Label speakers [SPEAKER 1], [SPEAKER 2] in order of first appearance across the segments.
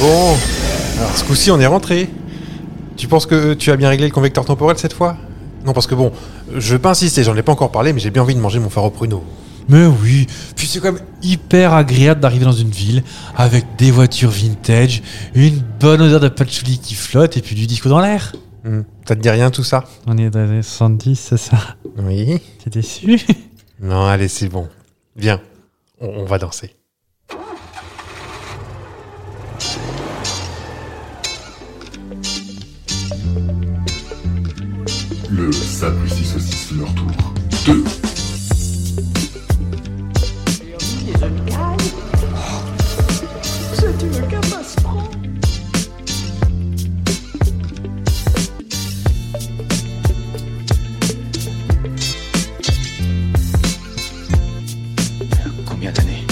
[SPEAKER 1] Bon, alors ce coup-ci, on est rentré. Tu penses que euh, tu as bien réglé le convecteur temporel cette fois Non, parce que bon, je veux pas insister, j'en ai pas encore parlé, mais j'ai bien envie de manger mon phare au pruneau.
[SPEAKER 2] Mais oui, puis c'est quand même hyper agréable d'arriver dans une ville avec des voitures vintage, une bonne odeur de patchouli qui flotte et puis du disco dans l'air.
[SPEAKER 1] Hmm, Ça te dit rien tout ça
[SPEAKER 2] On est dans les 70, c'est ça
[SPEAKER 1] Oui.
[SPEAKER 2] T'es déçu
[SPEAKER 1] Non, allez, c'est bon. Viens, on, on va danser.
[SPEAKER 3] Le Sapristi Saucisse fait leur tour. 2.
[SPEAKER 4] Combien d'années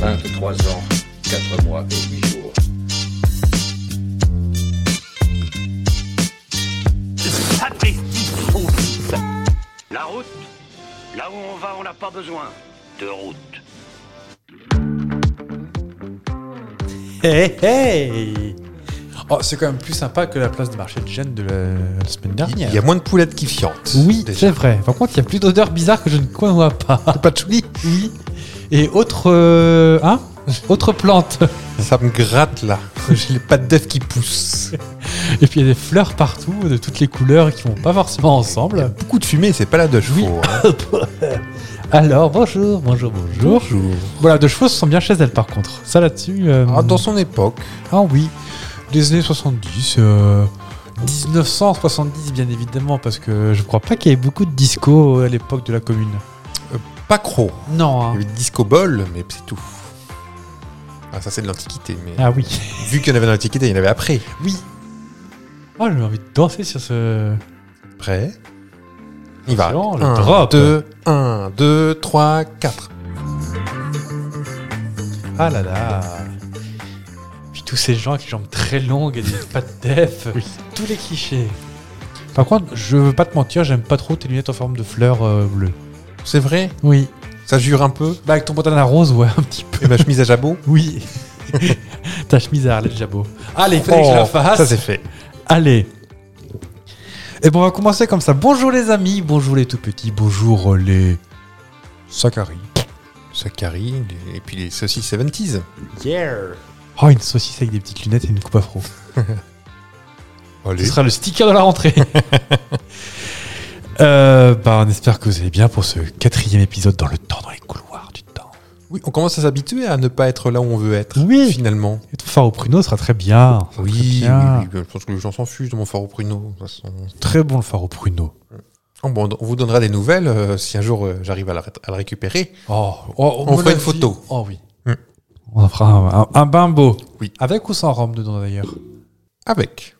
[SPEAKER 5] 23 ans, 4 mois et 8 jours.
[SPEAKER 4] Sapristi saucisse. La route Là où on va, on n'a pas besoin de route.
[SPEAKER 2] Hey hey Oh, c'est quand même plus sympa que la place de marché de Gênes de la, la semaine
[SPEAKER 1] Il
[SPEAKER 2] dernière.
[SPEAKER 1] y a moins de poulettes qui fiantent.
[SPEAKER 2] Oui,
[SPEAKER 1] déjà.
[SPEAKER 2] c'est vrai. Par contre, il y a plus d'odeurs bizarres que je ne vois pas.
[SPEAKER 1] Le patchouli,
[SPEAKER 2] Oui. Et autre. euh, hein Autre plante.
[SPEAKER 1] ça me gratte là. J'ai les pattes d'œuf qui poussent.
[SPEAKER 2] Et puis il y a des fleurs partout, de toutes les couleurs qui vont pas forcément ensemble.
[SPEAKER 1] Beaucoup de fumée, c'est pas la de
[SPEAKER 2] Oui.
[SPEAKER 1] chevaux. hein.
[SPEAKER 2] Alors, bonjour, bonjour, bonjour. Voilà, deux chevaux se sont bien chez elles par contre. Ça là-dessus. euh,
[SPEAKER 1] Ah, dans son époque.
[SPEAKER 2] Ah oui, les années 70, euh, 1970 bien évidemment, parce que je crois pas qu'il y avait beaucoup de disco à l'époque de la commune.
[SPEAKER 1] Pas croc.
[SPEAKER 2] Non,
[SPEAKER 1] Il y
[SPEAKER 2] hein.
[SPEAKER 1] avait le disco ball, mais c'est tout. Ah, ça c'est de l'Antiquité, mais
[SPEAKER 2] Ah oui.
[SPEAKER 1] vu qu'il y en avait dans l'Antiquité, il y en avait après.
[SPEAKER 2] Oui. Oh, j'avais envie de danser sur ce.
[SPEAKER 1] Prêt Il va.
[SPEAKER 2] Attention, le
[SPEAKER 1] 1,
[SPEAKER 2] drop.
[SPEAKER 1] 2, 1, 2, 3, 4.
[SPEAKER 2] Ah là là. Puis tous ces gens avec les jambes très longues et des pattes d'EF. Tous les clichés. Par contre, je veux pas te mentir, j'aime pas trop tes lunettes en forme de fleurs euh, bleues.
[SPEAKER 1] C'est vrai
[SPEAKER 2] Oui.
[SPEAKER 1] Ça jure un peu
[SPEAKER 2] Bah, avec ton pantalon à rose, ouais, un petit peu.
[SPEAKER 1] Et ma chemise à jabot
[SPEAKER 2] Oui. Ta chemise à Arlette Jabot. Allez, fallait que je
[SPEAKER 1] Oh,
[SPEAKER 2] la fasse.
[SPEAKER 1] Ça c'est fait.
[SPEAKER 2] Allez. Et bon, on va commencer comme ça. Bonjour les amis, bonjour les tout petits, bonjour les.
[SPEAKER 1] Sakari. Sakari, les- et puis les saucisses 70s.
[SPEAKER 2] Oh, une saucisse avec des petites lunettes et une coupe afro. Ce
[SPEAKER 1] Allez.
[SPEAKER 2] sera le sticker de la rentrée. Euh, bah, on espère que vous allez bien pour ce quatrième épisode dans le temps, dans les couloirs du temps.
[SPEAKER 1] Oui, on commence à s'habituer à ne pas être là où on veut être.
[SPEAKER 2] Oui.
[SPEAKER 1] Finalement.
[SPEAKER 2] Et ton phare au pruneau sera très bien. Ça sera
[SPEAKER 1] Oui, oui,
[SPEAKER 2] très bien.
[SPEAKER 1] oui, je pense que les gens s'en fichent de mon fort au pruneau. de toute façon.
[SPEAKER 2] Très bon le phare au pruneau.
[SPEAKER 1] Oh, bon, on vous donnera des nouvelles euh, si un jour euh, j'arrive à, la- à le récupérer.
[SPEAKER 2] Oh, oh,
[SPEAKER 1] On
[SPEAKER 2] me
[SPEAKER 1] fera
[SPEAKER 2] l'a
[SPEAKER 1] une photo.
[SPEAKER 2] dit. Oh oui.
[SPEAKER 1] Hmm.
[SPEAKER 2] On en fera un, un- un bain beau.
[SPEAKER 1] Oui.
[SPEAKER 2] Avec ou sans rhum dedans d'ailleurs
[SPEAKER 1] Avec.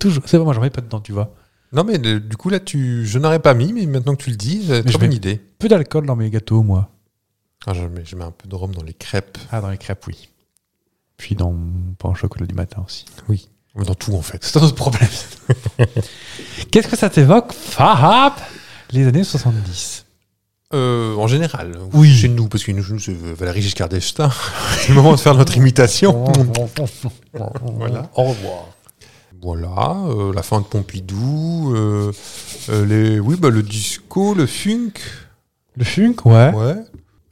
[SPEAKER 2] Toujours. C'est vrai, moi j'en mets pas dedans, tu vois.
[SPEAKER 1] Non mais le- du coup là tu je n'aurais pas mis mais maintenant que tu le dis c'est
[SPEAKER 2] je
[SPEAKER 1] très bonne
[SPEAKER 2] vais-
[SPEAKER 1] idée.
[SPEAKER 2] Peu d'alcool dans mes gâteaux, moi.
[SPEAKER 1] Ah, je, mets, je mets un peu de rhum dans les crêpes,
[SPEAKER 2] Ah, dans les crêpes, oui. Puis dans mon pain au chocolat du matin aussi.
[SPEAKER 1] dans tout en fait.
[SPEAKER 2] C'est un autre problème. Qu'est-ce que ça t'évoque Fahap Les années 70.
[SPEAKER 1] Euh, en général,
[SPEAKER 2] Oui.
[SPEAKER 1] chez nous parce que nous, nous, c'est Valérie Giscard d'Estaing. c'est le moment de faire notre imitation.
[SPEAKER 2] voilà. Au revoir.
[SPEAKER 1] voilà, euh, la fin de Pompidou, euh, euh, les oui bah le disco, le funk,
[SPEAKER 2] Le funk, ouais.
[SPEAKER 1] ouais,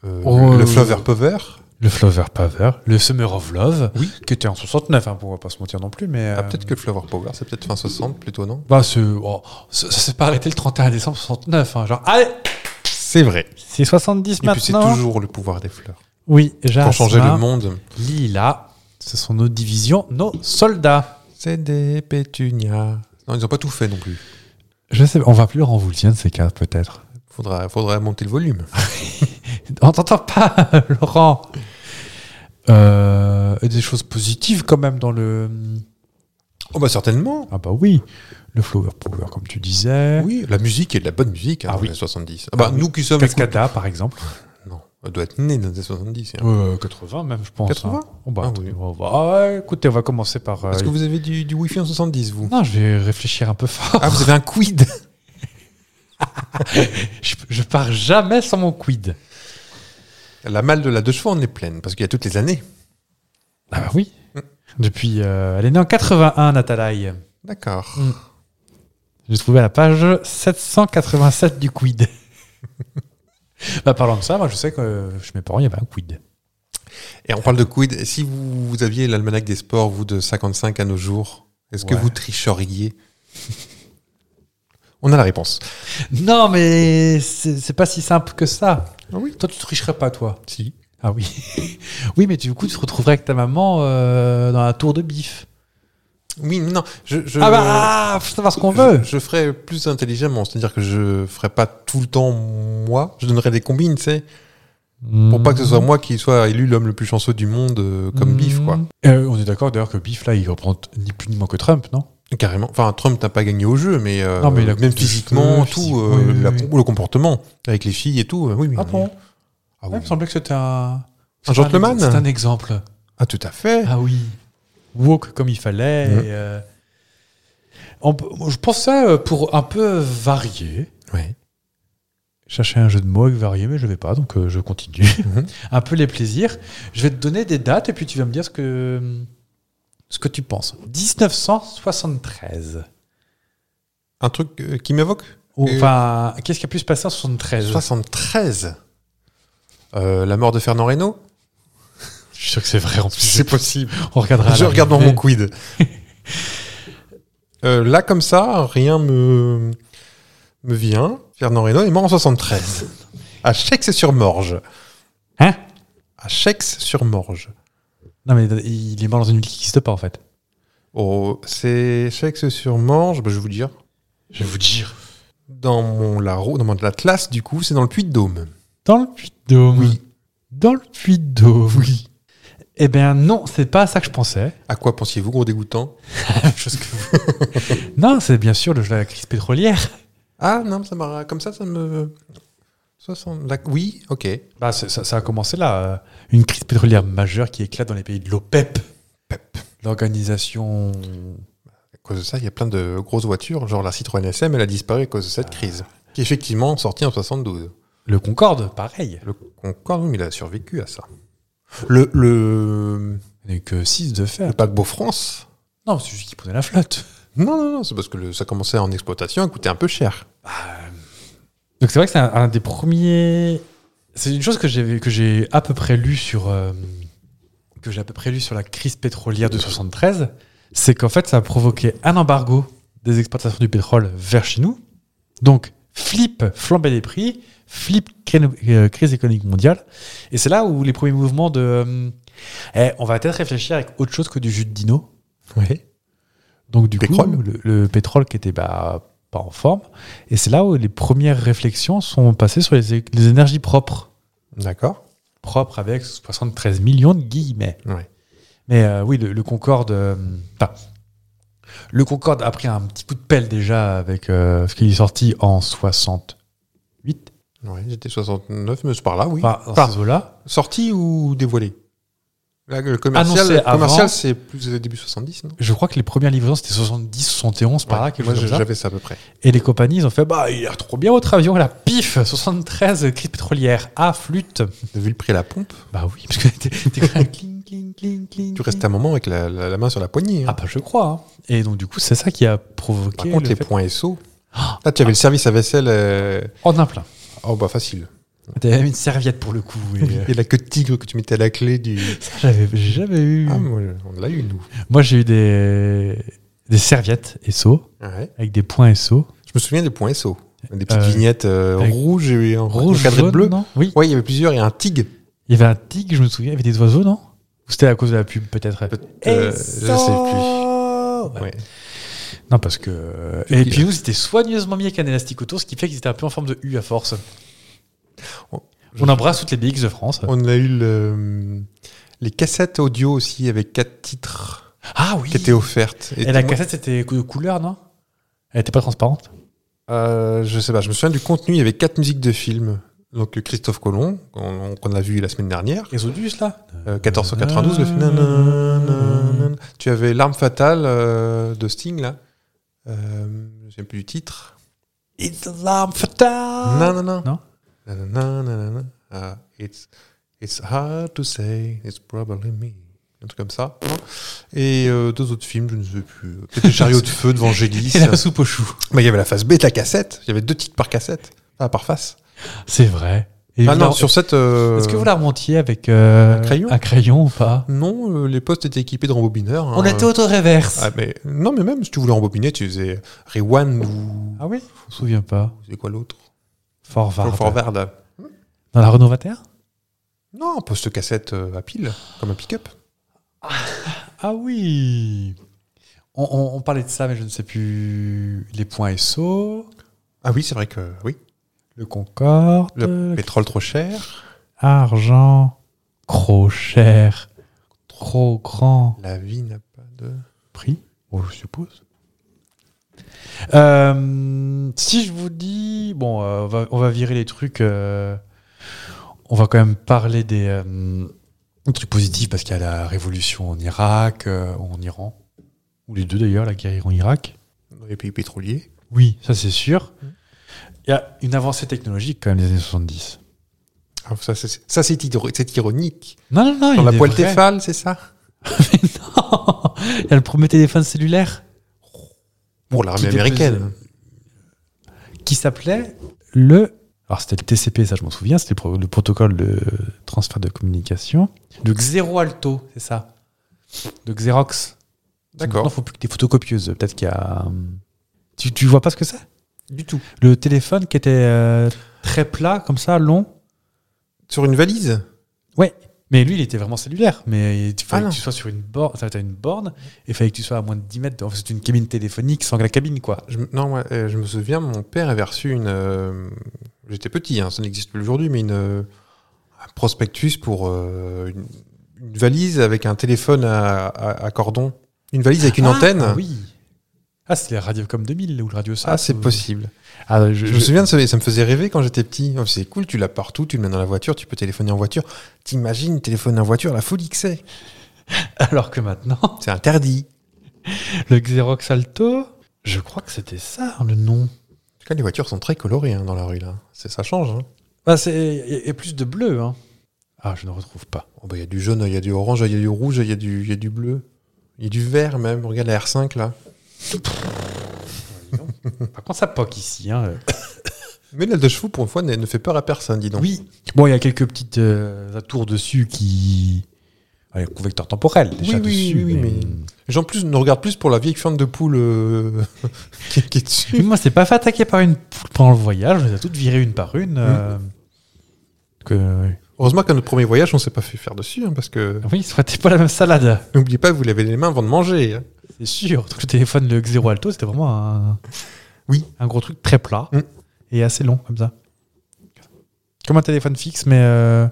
[SPEAKER 1] euh,
[SPEAKER 2] Oh,
[SPEAKER 1] le
[SPEAKER 2] euh,
[SPEAKER 1] flower power.
[SPEAKER 2] Le Flower Power. Le Summer of Love.
[SPEAKER 1] Oui.
[SPEAKER 2] Qui était en 69, hein, on va pas se mentir non plus, mais.
[SPEAKER 1] Ah,
[SPEAKER 2] euh,
[SPEAKER 1] peut-être que le flower power c'est peut-être fin 60 plutôt non
[SPEAKER 2] Bah, ce, oh, ça, ça s'est pas arrêté le 31 décembre 69. hein, genre, allez
[SPEAKER 1] C'est vrai.
[SPEAKER 2] C'est 70
[SPEAKER 1] Et puis c'est toujours le pouvoir des fleurs.
[SPEAKER 2] Oui, j'ai
[SPEAKER 1] Pour changer le monde.
[SPEAKER 2] Lila, ce sont nos divisions, nos soldats.
[SPEAKER 1] C'est des pétunias. Non, ils n'ont pas tout fait non plus.
[SPEAKER 2] Je sais, on va plus leur en vous le dire, ces cas, peut-être.
[SPEAKER 1] Faudra, faudra monter le volume.
[SPEAKER 2] On t'entend pas, Laurent. Euh, et des choses positives quand même dans le.
[SPEAKER 1] Oh bah certainement.
[SPEAKER 2] Ah bah oui, le flower power comme tu disais.
[SPEAKER 1] Oui, la musique est de la bonne musique hein,
[SPEAKER 2] Ah
[SPEAKER 1] dans
[SPEAKER 2] oui.
[SPEAKER 1] les 70. Ah bah
[SPEAKER 2] Ah oui.
[SPEAKER 1] nous qui sommes...
[SPEAKER 2] Cascada par exemple.
[SPEAKER 1] écoute- Non, on doit être nés dans les 70. hein.
[SPEAKER 2] Euh, 80 même je pense.
[SPEAKER 1] 80?
[SPEAKER 2] hein. Oh bah,
[SPEAKER 1] Ah
[SPEAKER 2] attends,
[SPEAKER 1] oui.
[SPEAKER 2] on va- ah ouais, écoutez, on va commencer par. euh,
[SPEAKER 1] Est-ce que vous avez du, du Wi-Fi en 70, vous
[SPEAKER 2] Non, je vais réfléchir un peu fort.
[SPEAKER 1] Ah, vous avez un quid
[SPEAKER 2] Je, je pars jamais sans mon quid.
[SPEAKER 1] La malle de la deux chevaux en est pleine, parce qu'il y a toutes les années.
[SPEAKER 2] Ah bah oui. Depuis, euh, elle est née en 81, Natalaï.
[SPEAKER 1] D'accord.
[SPEAKER 2] Mm. J'ai trouvé à la page 787 du quid. bah, parlant de ça, moi je sais que euh, chez mes parents, il y avait un quid.
[SPEAKER 1] Et on parle de quid. Si vous, vous aviez l'almanach des sports, vous, de 55 à nos jours, est-ce que
[SPEAKER 2] Ouais.
[SPEAKER 1] vous tricheriez On a la réponse.
[SPEAKER 2] Non, mais c'est c'est pas si simple que ça.
[SPEAKER 1] Ah oui
[SPEAKER 2] Toi, tu te tricherais pas, toi
[SPEAKER 1] Si.
[SPEAKER 2] Ah oui. oui, mais du coup, tu te retrouverais avec ta maman euh, dans la tour de bif.
[SPEAKER 1] Oui, non. Je, je-
[SPEAKER 2] Ah bah, faut savoir ce qu'on
[SPEAKER 1] Euh. je-
[SPEAKER 2] veut.
[SPEAKER 1] Je, ferais plus intelligemment, c'est-à-dire que je ferais pas tout le temps moi. Je donnerais des combines, tu sais, pour pas que ce soit
[SPEAKER 2] Mhm.
[SPEAKER 1] moi qui soit élu l'homme le plus chanceux du monde euh, comme bif, quoi.
[SPEAKER 2] Euh, on est d'accord d'ailleurs que bif, là, il reprend t- ni plus ni moins que Trump, non
[SPEAKER 1] Carrément. Enfin, Trump n'a pas gagné au jeu, mais, euh,
[SPEAKER 2] Non, mais il a
[SPEAKER 1] même
[SPEAKER 2] coupé
[SPEAKER 1] physiquement,
[SPEAKER 2] le
[SPEAKER 1] tout,
[SPEAKER 2] feu, physique,
[SPEAKER 1] euh,
[SPEAKER 2] oui, oui,
[SPEAKER 1] la-
[SPEAKER 2] oui.
[SPEAKER 1] le comportement avec les filles et tout. euh, Oui, oui.
[SPEAKER 2] Ah
[SPEAKER 1] on est-
[SPEAKER 2] bon
[SPEAKER 1] Ah
[SPEAKER 2] Ouais,
[SPEAKER 1] oui.
[SPEAKER 2] Il me semblait que c'était un.
[SPEAKER 1] Un gentleman
[SPEAKER 2] C'est un exemple.
[SPEAKER 1] Ah, tout à fait.
[SPEAKER 2] Ah oui. Woke comme il fallait.
[SPEAKER 1] Mhm.
[SPEAKER 2] et, euh, on peut- moi, je pense ça euh, pour un peu varier.
[SPEAKER 1] Ouais.
[SPEAKER 2] Chercher un jeu de mots avec varier, mais je vais pas, donc euh, je continue.
[SPEAKER 1] Mhm.
[SPEAKER 2] un peu les plaisirs. Je vais te donner des dates et puis tu vas me dire ce que, ce que tu penses. 1973.
[SPEAKER 1] Un truc euh, qui m'évoque
[SPEAKER 2] Ou,
[SPEAKER 1] Euh,
[SPEAKER 2] Enfin, qu'est-ce qui a pu se passer en 73
[SPEAKER 1] 73. Euh, la mort de Fernand Reynaud
[SPEAKER 2] Je suis sûr que c'est vrai en plus.
[SPEAKER 1] possible.
[SPEAKER 2] On regardera. à
[SPEAKER 1] Je regarde dans
[SPEAKER 2] l'arrivée.
[SPEAKER 1] mon quid. Euh, là, comme ça, rien me, me vient. Fernand Reynaud est mort en 73. à Chex-sur-Morge.
[SPEAKER 2] Hein
[SPEAKER 1] À Chex-sur-Morge.
[SPEAKER 2] Non, mais il est mort dans une ville qui n'existe pas en fait.
[SPEAKER 1] Oh, c'est Chex-sur-Morge, bah, je vais vous dire.
[SPEAKER 2] Je vais vous dire.
[SPEAKER 1] Dans mon Laro, dans mon Atlas, du coup, c'est dans le Puy-de-Dôme.
[SPEAKER 2] Dans le Puy-de-Dôme. Dans le Puy-de-Dôme. Oui. Eh bien, non, c'est pas à ça que je pensais.
[SPEAKER 1] À quoi pensiez-vous, gros dégoûtant
[SPEAKER 2] Chose que vous. non, c'est bien sûr le jeu de la crise pétrolière.
[SPEAKER 1] Ah non, ça m'a comme ça, ça me. 60... la- Oui, ok.
[SPEAKER 2] Bah, c'est- ça, ça a commencé là. euh, Une crise pétrolière majeure qui éclate dans les pays de l'OPEP. E L'organisation.
[SPEAKER 1] À cause de ça, il y a plein de grosses voitures, genre la Citroën SM, elle a disparu à cause de
[SPEAKER 2] Ah.
[SPEAKER 1] cette crise, qui est effectivement sortie en 72.
[SPEAKER 2] Le Concorde, pareil.
[SPEAKER 1] Le Concorde, oui, mais il a survécu à ça. Le, le,
[SPEAKER 2] Il n'y en a eu que 6 de fer.
[SPEAKER 1] le paquebot France
[SPEAKER 2] Non, c'est juste qui prenait la flotte.
[SPEAKER 1] Non, non, non, c'est parce que le- ça commençait en exploitation à coûter un peu cher.
[SPEAKER 2] Donc c'est vrai que c'est un, un des premiers. C'est une chose que j'ai que j'ai à peu près lu sur euh, que j'ai à peu près lu sur la crise pétrolière de 73, c'est qu'en fait ça a provoqué un embargo des exportations du pétrole vers chez nous. Donc flip flambait les prix, flip cré- euh, crise économique mondiale, et c'est là où les premiers mouvements de euh, eh, on va peut-être réfléchir avec autre chose que du jus de dino.
[SPEAKER 1] Oui.
[SPEAKER 2] Donc du
[SPEAKER 1] Pétrole.
[SPEAKER 2] coup, le, le pétrole qui était bah, pas en forme. Et c'est là où les premières réflexions sont passées sur les, é- les énergies propres.
[SPEAKER 1] D'accord.
[SPEAKER 2] Propres avec 73 millions de guillemets.
[SPEAKER 1] Ouais.
[SPEAKER 2] Mais euh, oui, le, le Concorde... euh, enfin, le Concorde a pris un petit coup de pelle déjà avec euh, ce qu'il est sorti en 68.
[SPEAKER 1] Ouais, j'étais 69, mais c'est par là, oui.
[SPEAKER 2] Enfin, dans
[SPEAKER 1] Enfin,
[SPEAKER 2] ces eaux-là.
[SPEAKER 1] sortie ou dévoilée Là, le commercial,
[SPEAKER 2] Annoncé
[SPEAKER 1] le commercial
[SPEAKER 2] Ah avant.
[SPEAKER 1] c'est plus début 70, non
[SPEAKER 2] Je crois que les premières livraisons, c'était 70, 71, par là,
[SPEAKER 1] Ouais,
[SPEAKER 2] quelque
[SPEAKER 1] Moi,
[SPEAKER 2] chose comme ça.
[SPEAKER 1] j'avais ça à peu près.
[SPEAKER 2] Et les compagnies, ils ont fait, bah, il a trop bien votre avion, là, pif, 73, crise pétrolière, ah, flûte.
[SPEAKER 1] Vu le prix à la pompe,
[SPEAKER 2] Bah oui, parce que t'es- t'es quand même cling, cling, cling, cling.
[SPEAKER 1] tu restes un moment avec la, la- la main sur la poignée. hein.
[SPEAKER 2] Ah bah je crois. hein. Et donc du coup, c'est ça qui a provoqué.
[SPEAKER 1] Par contre,
[SPEAKER 2] le
[SPEAKER 1] les
[SPEAKER 2] fait- Ah.
[SPEAKER 1] points SO. Là, tu avais le service à vaisselle. euh,
[SPEAKER 2] En un plein.
[SPEAKER 1] Oh, bah, facile.
[SPEAKER 2] T'avais même une serviette pour le coup. et, euh,
[SPEAKER 1] Et la queue de tigre que tu mettais à la clé du.
[SPEAKER 2] ça, j'avais j'ai jamais eu.
[SPEAKER 1] Ah, moi, on l'a eu, nous.
[SPEAKER 2] Moi, j'ai eu des, des serviettes SO
[SPEAKER 1] Ouais.
[SPEAKER 2] avec des points SO.
[SPEAKER 1] Je me souviens des points SO. Des petites
[SPEAKER 2] Euh,
[SPEAKER 1] vignettes euh,
[SPEAKER 2] avec-
[SPEAKER 1] rouges et un
[SPEAKER 2] Rouge,
[SPEAKER 1] cadré de
[SPEAKER 2] jaune,
[SPEAKER 1] bleu.
[SPEAKER 2] non Oui.
[SPEAKER 1] Ouais, il y avait plusieurs. Il y a un tigre.
[SPEAKER 2] Il y avait un tigre, je me souviens, il y avait des oiseaux, non Ou c'était à cause de la pub, peut-être
[SPEAKER 1] Peut- euh, je sais plus.
[SPEAKER 2] plus.
[SPEAKER 1] Ouais.
[SPEAKER 2] Non, parce que. euh, Et puis nous, c'était soigneusement mis avec un élastique autour, ce qui fait qu'ils étaient un peu en forme de U à force.
[SPEAKER 1] On-
[SPEAKER 2] On embrasse toutes les BX de France.
[SPEAKER 1] On a eu le- les cassettes audio aussi avec quatre titres
[SPEAKER 2] Ah oui
[SPEAKER 1] qui étaient offertes.
[SPEAKER 2] Et la
[SPEAKER 1] moi-
[SPEAKER 2] cassette, c'était cou- de couleur, non Elle était pas transparente
[SPEAKER 1] Euh, je sais pas, je me souviens du contenu, il y avait quatre musiques de films. Donc euh, Christophe Colomb, qu'on qu'on a vu la semaine dernière,
[SPEAKER 2] Exodus, là
[SPEAKER 1] euh, 1492, le film. Nananana. Tu avais L'arme fatale euh, de Sting, là. Euh, je sais plus du titre.
[SPEAKER 2] It's alarm fatal
[SPEAKER 1] Non, non, non.
[SPEAKER 2] Non
[SPEAKER 1] Nananana, nanana. Ah, it's, It's hard to say, it's probably me. Un truc comme ça. Et euh, deux autres films, je ne sais plus. Peut-être le chariot de feu de Vangelis.
[SPEAKER 2] Et la soupe aux choux.
[SPEAKER 1] Bah, Il y avait la face B de la cassette. Il y avait deux titres par cassette. Ah, par face.
[SPEAKER 2] C'est vrai. Et
[SPEAKER 1] ah
[SPEAKER 2] vous
[SPEAKER 1] non,
[SPEAKER 2] la-
[SPEAKER 1] sur cette. euh,
[SPEAKER 2] Est-ce que vous la remontiez avec euh,
[SPEAKER 1] un crayon
[SPEAKER 2] ou pas
[SPEAKER 1] Non, euh, les postes étaient équipés de rembobineurs. hein.
[SPEAKER 2] On était au reverse.
[SPEAKER 1] Ah, mais... Non, mais même si tu voulais rembobiner, tu faisais rewind ou.
[SPEAKER 2] Ah oui Je me souviens pas.
[SPEAKER 1] C'est quoi l'autre
[SPEAKER 2] Forward.
[SPEAKER 1] Forward.
[SPEAKER 2] Dans la Renault Vater
[SPEAKER 1] Non, poste cassette euh, à pile, comme un pick-up.
[SPEAKER 2] Ah oui on, on- on parlait de ça, mais je ne sais plus. Les points SO,
[SPEAKER 1] Ah oui, c'est vrai que oui.
[SPEAKER 2] le Concorde,
[SPEAKER 1] Le pétrole trop cher,
[SPEAKER 2] argent, trop cher, trop grand
[SPEAKER 1] la vie n'a pas de.
[SPEAKER 2] prix.
[SPEAKER 1] Oh, je suppose.
[SPEAKER 2] Euh, si je vous dis, bon, euh, on, va, on va virer les trucs. euh, on va quand même parler des euh, des trucs positifs parce qu'il y a la révolution en Irak, euh, ou en Iran, ou les deux d'ailleurs, la guerre en Irak.
[SPEAKER 1] Dans les pays pétroliers.
[SPEAKER 2] Oui, ça c'est sûr. Il y a une avancée technologique quand même des années 70.
[SPEAKER 1] Ah, ça, c'est ça, c'est iro- c'est ironique.
[SPEAKER 2] Non, non, non. il y
[SPEAKER 1] Dans
[SPEAKER 2] a
[SPEAKER 1] la
[SPEAKER 2] des
[SPEAKER 1] poêle
[SPEAKER 2] vrais-
[SPEAKER 1] Tefal, c'est ça
[SPEAKER 2] Il y a le premier téléphone cellulaire
[SPEAKER 1] Pour l'armée
[SPEAKER 2] Qui déplaise-
[SPEAKER 1] américaine.
[SPEAKER 2] qui s'appelait le. Alors c'était le TCP, ça je m'en souviens, c'était le pro- le protocole de transfert de communication. De Xero Alto, c'est ça. De Xerox. Maintenant,
[SPEAKER 1] D'accord.
[SPEAKER 2] faut plus que des photocopieuses. Peut-être qu'il y a. hum, Tu, tu vois pas ce que c'est
[SPEAKER 1] Du tout.
[SPEAKER 2] Le téléphone qui était euh, très plat, comme ça, long.
[SPEAKER 1] Sur une valise
[SPEAKER 2] Ouais. Mais lui, il était vraiment cellulaire. Mais il fallait
[SPEAKER 1] Ah non.
[SPEAKER 2] que tu sois sur une borne. Enfin, t'as une borne et il fallait que tu sois à moins de 10 mètres. En fait, c'est une cabine téléphonique sans la cabine, quoi.
[SPEAKER 1] Je me- non, ouais, euh, je me souviens, mon père avait reçu une. euh, J'étais petit, hein, ça n'existe plus aujourd'hui, mais une, euh, un prospectus pour euh, une, une valise avec un téléphone à, à- à cordon. Une valise avec une
[SPEAKER 2] Ah,
[SPEAKER 1] antenne
[SPEAKER 2] ah Oui. Ah, c'est la Radiocom 2000 ou le Radio
[SPEAKER 1] Ah, c'est
[SPEAKER 2] ou-
[SPEAKER 1] possible.
[SPEAKER 2] Ah,
[SPEAKER 1] Je me souviens de ça, ça me faisait rêver quand j'étais petit. Oh, c'est cool, tu l'as partout, tu le mets dans la voiture, tu peux téléphoner en voiture. T'imagines téléphoner en voiture, la folie que c'est.
[SPEAKER 2] Alors que maintenant,
[SPEAKER 1] C'est interdit.
[SPEAKER 2] le Xerox Alto, je crois que c'était ça hein, le nom.
[SPEAKER 1] En tout cas, les voitures sont très colorées hein, dans la rue, là. C'est- Ça change. hein.
[SPEAKER 2] Ah, c'est et, et plus de bleu. Hein. Ah, je ne retrouve pas.
[SPEAKER 1] Oh, bah, Il y a du jaune, il y a du orange, il y a du rouge, il y, a du- il y a du bleu. Il y a du vert même. Regarde la R5, là. Oh.
[SPEAKER 2] Par contre, ça poque ici. Hein.
[SPEAKER 1] Ah, Mais l'aile de chevaux, pour une fois, ne ne fait peur à personne, dis donc.
[SPEAKER 2] Oui. Bon, il y a quelques petites euh, atours dessus qui. ah, Avec convecteur temporel déjà
[SPEAKER 1] Oui, oui,
[SPEAKER 2] dessus.
[SPEAKER 1] oui, oui,
[SPEAKER 2] mais...
[SPEAKER 1] Les gens plus, ne regardent plus pour la vieille fente de poule euh, qui, qui est dessus.
[SPEAKER 2] Mais moi, c'est pas fait attaquer par une poule pendant le voyage. On les a toutes virées une par une.
[SPEAKER 1] Mm.
[SPEAKER 2] euh, que...
[SPEAKER 1] Heureusement qu'à notre premier voyage, on s'est pas fait faire dessus, hein, parce que
[SPEAKER 2] Oui, ça aurait été pas la même salade.
[SPEAKER 1] n'oubliez pas, vous lavez les mains avant de manger. hein.
[SPEAKER 2] C'est sûr. Donc le téléphone, le Xero Alto, c'était vraiment un,
[SPEAKER 1] Oui.
[SPEAKER 2] un gros truc très plat
[SPEAKER 1] Mm.
[SPEAKER 2] et assez long, comme ça. Comme un téléphone fixe, mais euh,